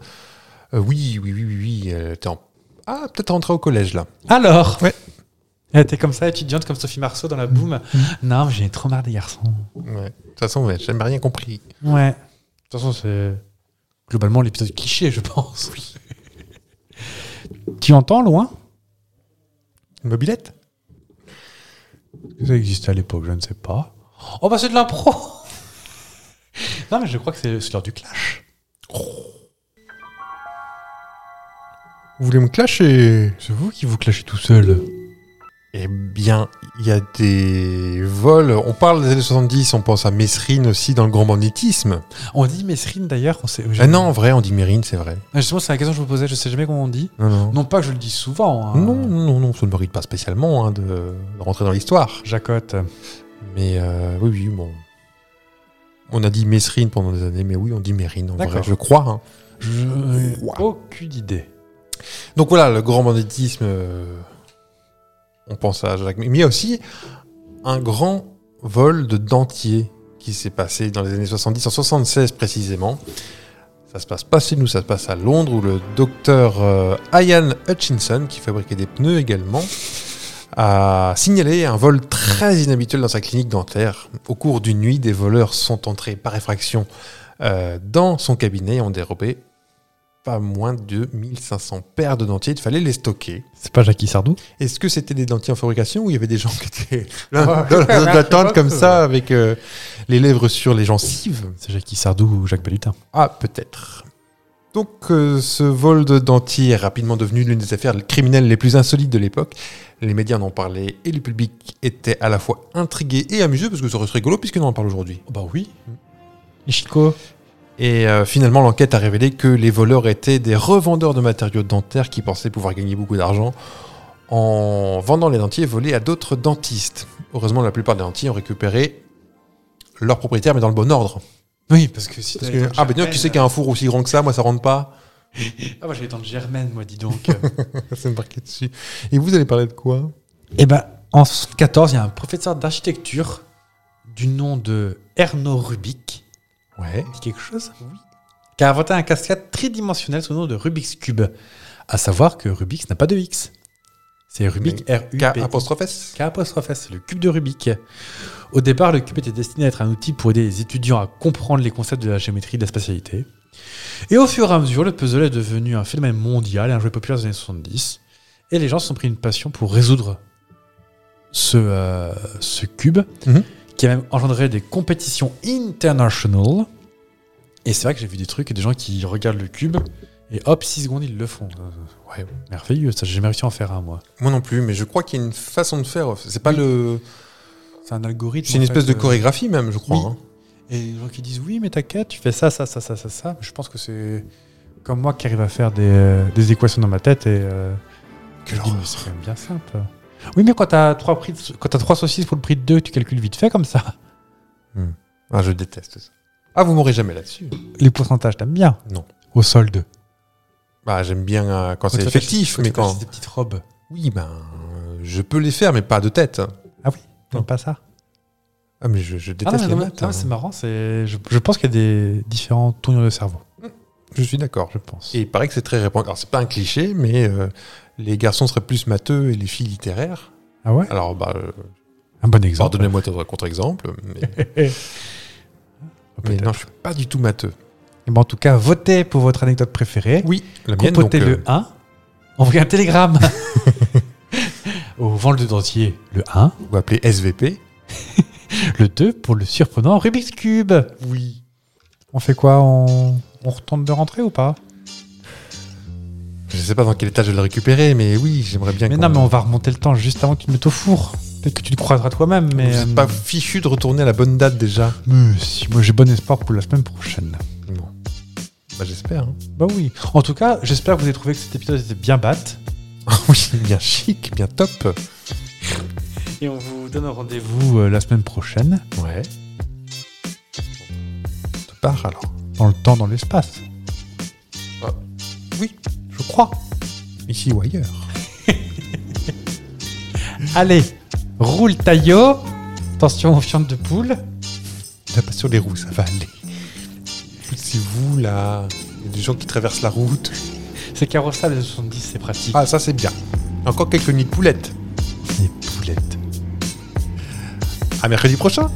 [SPEAKER 1] Oui, oui, oui, oui, oui. elle était en- Ah, peut-être rentrée au collège là.
[SPEAKER 2] Alors
[SPEAKER 1] Ouais.
[SPEAKER 2] Elle était comme ça, étudiante, comme Sophie Marceau dans la boum. Non, mais j'ai trop marre des garçons.
[SPEAKER 1] Ouais. De toute façon, ouais, j'ai jamais rien compris.
[SPEAKER 2] Ouais. De toute façon, c'est globalement l'épisode cliché, je pense. tu entends loin
[SPEAKER 1] Une mobilette
[SPEAKER 2] Ça existait à l'époque, je ne sais pas. Oh bah c'est de l'impro Non mais je crois que c'est c'est l'heure du clash.
[SPEAKER 1] Vous voulez me clasher
[SPEAKER 2] C'est vous qui vous clashez tout seul.
[SPEAKER 1] Eh bien, il y a des vols. On parle des années 70, on pense à Messrine aussi dans le grand banditisme.
[SPEAKER 2] On dit Messrine d'ailleurs, on sait...
[SPEAKER 1] Ah non, en vrai, on dit Mérine, c'est vrai.
[SPEAKER 2] Ah, Justement, c'est la question que je me posais, je sais jamais comment on dit.
[SPEAKER 1] Non, non.
[SPEAKER 2] Non pas que je le dis souvent. hein.
[SPEAKER 1] Non, non, non, non, ça ne mérite pas spécialement hein, de, de rentrer dans l'histoire.
[SPEAKER 2] Jacotte.
[SPEAKER 1] Mais euh, oui, oui, bon. On a dit Messrine pendant des années, mais oui, on dit Mérine en vrai,
[SPEAKER 2] D'accord.
[SPEAKER 1] je crois. hein.
[SPEAKER 2] Je
[SPEAKER 1] Ouah.
[SPEAKER 2] aucune idée.
[SPEAKER 1] Donc voilà, le grand banditisme, euh, on pense à Jacques. Mais il y a aussi un grand vol de dentiers qui s'est passé dans les années 70, en 76 précisément. Ça se passe pas chez nous, ça se passe à Londres où le docteur euh, Ian Hutchinson, qui fabriquait des pneus également, a signalé un vol très inhabituel dans sa clinique dentaire. Au cours d'une nuit, des voleurs sont entrés par effraction euh, dans son cabinet et ont dérobé pas moins de 1500 paires de dentiers. Il fallait les stocker.
[SPEAKER 2] C'est pas Jackie Sardou
[SPEAKER 1] Est-ce que c'était des dentiers en fabrication ou il y avait des gens qui étaient là, dans la zone d'attente comme ça avec euh, les lèvres sur les gencives
[SPEAKER 2] C'est Jackie Sardou ou Jacques Balutin.
[SPEAKER 1] Ah, peut-être. Donc, euh, ce vol de dentiers est rapidement devenu l'une des affaires criminelles les plus insolites de l'époque. Les médias en ont parlé et le public était à la fois intrigué et amusé parce que ça reste rigolo puisque on en parle aujourd'hui.
[SPEAKER 2] bah oui. Et Chico
[SPEAKER 1] Et euh, finalement, l'enquête a révélé que les voleurs étaient des revendeurs de matériaux dentaires qui pensaient pouvoir gagner beaucoup d'argent en vendant les dentiers volés à d'autres dentistes. Heureusement, la plupart des dentiers ont récupéré leur propriétaire, mais dans le bon ordre.
[SPEAKER 2] Oui, parce que si
[SPEAKER 1] Parce que, ah, bah, dis-donc, qui c'est qui a un four aussi grand que ça Moi, ça rentre pas.
[SPEAKER 2] Ah, moi, j'ai les dents de Germaine, moi, dis donc.
[SPEAKER 1] c'est marqué dessus. Et vous allez parler de quoi
[SPEAKER 2] Eh ben, en 14, il y a un professeur d'architecture du nom de Erno Rubik.
[SPEAKER 1] Ouais.
[SPEAKER 2] Dit quelque chose Oui. Qui a inventé un cascade tridimensionnel sous le nom de Rubik's Cube. À savoir que Rubik's n'a pas de X. C'est Rubik r u
[SPEAKER 1] K
[SPEAKER 2] b E.
[SPEAKER 1] apostrophe S
[SPEAKER 2] K apostrophe S, le cube de Rubik. Au départ, le cube était destiné à être un outil pour aider les étudiants à comprendre les concepts de la géométrie et de la spatialité. Et au fur et à mesure, le puzzle est devenu un phénomène mondial et un jouet populaire des années 70. Et les gens se sont pris une passion pour résoudre ce, euh, ce cube,
[SPEAKER 1] Mhm.
[SPEAKER 2] qui a même engendré des compétitions internationales. Et c'est vrai que j'ai vu des trucs, des gens qui regardent le cube, et hop, 6 secondes, ils le font. Euh, ouais, merveilleux, ça j'ai jamais réussi à en faire un, moi.
[SPEAKER 1] Moi non plus, mais je crois qu'il y a une façon de faire. C'est pas le.
[SPEAKER 2] C'est un algorithme.
[SPEAKER 1] C'est une
[SPEAKER 2] en
[SPEAKER 1] espèce
[SPEAKER 2] fait,
[SPEAKER 1] de
[SPEAKER 2] euh,
[SPEAKER 1] chorégraphie même, je crois.
[SPEAKER 2] oui.
[SPEAKER 1] hein.
[SPEAKER 2] Et les gens qui disent oui, mais t'inquiète, tu fais ça, ça, ça, ça, ça, ça. Je pense que c'est comme moi qui arrive à faire des, euh, des équations dans ma tête et euh, que je dis, mais c'est quand même bien simple. Oui, mais quand t'as trois prix, de- quand t'as trois saucisses pour le prix de deux, tu calcules vite fait comme ça.
[SPEAKER 1] Ah, je déteste ça. Ah, vous m'aurez jamais là-dessus.
[SPEAKER 2] Les pourcentages, t'aimes bien
[SPEAKER 1] Non.
[SPEAKER 2] Au solde.
[SPEAKER 1] Bah, j'aime bien euh, quand c'est
[SPEAKER 2] Quand tu
[SPEAKER 1] effectif,
[SPEAKER 2] t'achètes-
[SPEAKER 1] mais
[SPEAKER 2] tu t'achètes
[SPEAKER 1] quand.
[SPEAKER 2] des petites robes.
[SPEAKER 1] Oui, ben. euh, Je peux les faire, mais pas de tête. Non.
[SPEAKER 2] T'aimes pas ça
[SPEAKER 1] Ah, mais je, je
[SPEAKER 2] Ah
[SPEAKER 1] déteste
[SPEAKER 2] non,
[SPEAKER 1] les
[SPEAKER 2] non,
[SPEAKER 1] maths,
[SPEAKER 2] non,
[SPEAKER 1] hein.
[SPEAKER 2] c'est marrant. C'est, je, je pense qu'il y a des différents tournures de cerveau.
[SPEAKER 1] Je suis d'accord.
[SPEAKER 2] Je pense.
[SPEAKER 1] Et il paraît que c'est très répandu. Alors, c'est pas un cliché, mais euh, les garçons seraient plus matheux et les filles littéraires.
[SPEAKER 2] ah ouais
[SPEAKER 1] Alors, bah, euh,
[SPEAKER 2] Un bon exemple.
[SPEAKER 1] pardonnez-moi ton contre-exemple, mais, mais
[SPEAKER 2] Peut-être.
[SPEAKER 1] non, je suis pas du tout matheux.
[SPEAKER 2] Eh ben, en tout cas, votez pour votre anecdote préférée.
[SPEAKER 1] Oui, la mienne, donc,
[SPEAKER 2] Compotez
[SPEAKER 1] euh,
[SPEAKER 2] le 1, hein. envoyez un télégramme au vent le dentier, le 1,
[SPEAKER 1] on va appeler SVP.
[SPEAKER 2] le 2 pour le surprenant Rubik's Cube. Oui. On fait quoi on... on retente de rentrer ou pas
[SPEAKER 1] Je sais pas dans quel état je vais le récupérer, mais oui, j'aimerais bien
[SPEAKER 2] Mais
[SPEAKER 1] qu'on-
[SPEAKER 2] non, mais on va remonter le temps juste avant que tu te mettes au four. Peut-être que tu le croiseras toi-même, mais.
[SPEAKER 1] Vous êtes
[SPEAKER 2] euh,
[SPEAKER 1] pas fichu de retourner à la bonne date déjà
[SPEAKER 2] mais si, moi j'ai bon espoir pour la semaine prochaine.
[SPEAKER 1] Bon. Bah j'espère. hein.
[SPEAKER 2] Bah oui. En tout cas, j'espère que vous avez trouvé que cet épisode était bien batte.
[SPEAKER 1] Ah oui, bien chic, bien top.
[SPEAKER 2] Et on vous donne rendez-vous euh, la semaine prochaine,
[SPEAKER 1] Ouais. On te part alors.
[SPEAKER 2] dans le temps, dans l'espace.
[SPEAKER 1] Ah.
[SPEAKER 2] Oui, je crois.
[SPEAKER 1] Ici ou ailleurs.
[SPEAKER 2] Allez, roule taillot. Attention aux fientes de poule.
[SPEAKER 1] Là, pas sur les roues, ça va aller. C'est vous là. Il y a des gens qui traversent la route.
[SPEAKER 2] C'est carrossable de 70, c'est pratique.
[SPEAKER 1] Ah, ça c'est bien. Encore quelques nids de poulettes.
[SPEAKER 2] les poulettes.
[SPEAKER 1] À mercredi prochain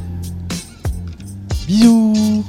[SPEAKER 2] Bisous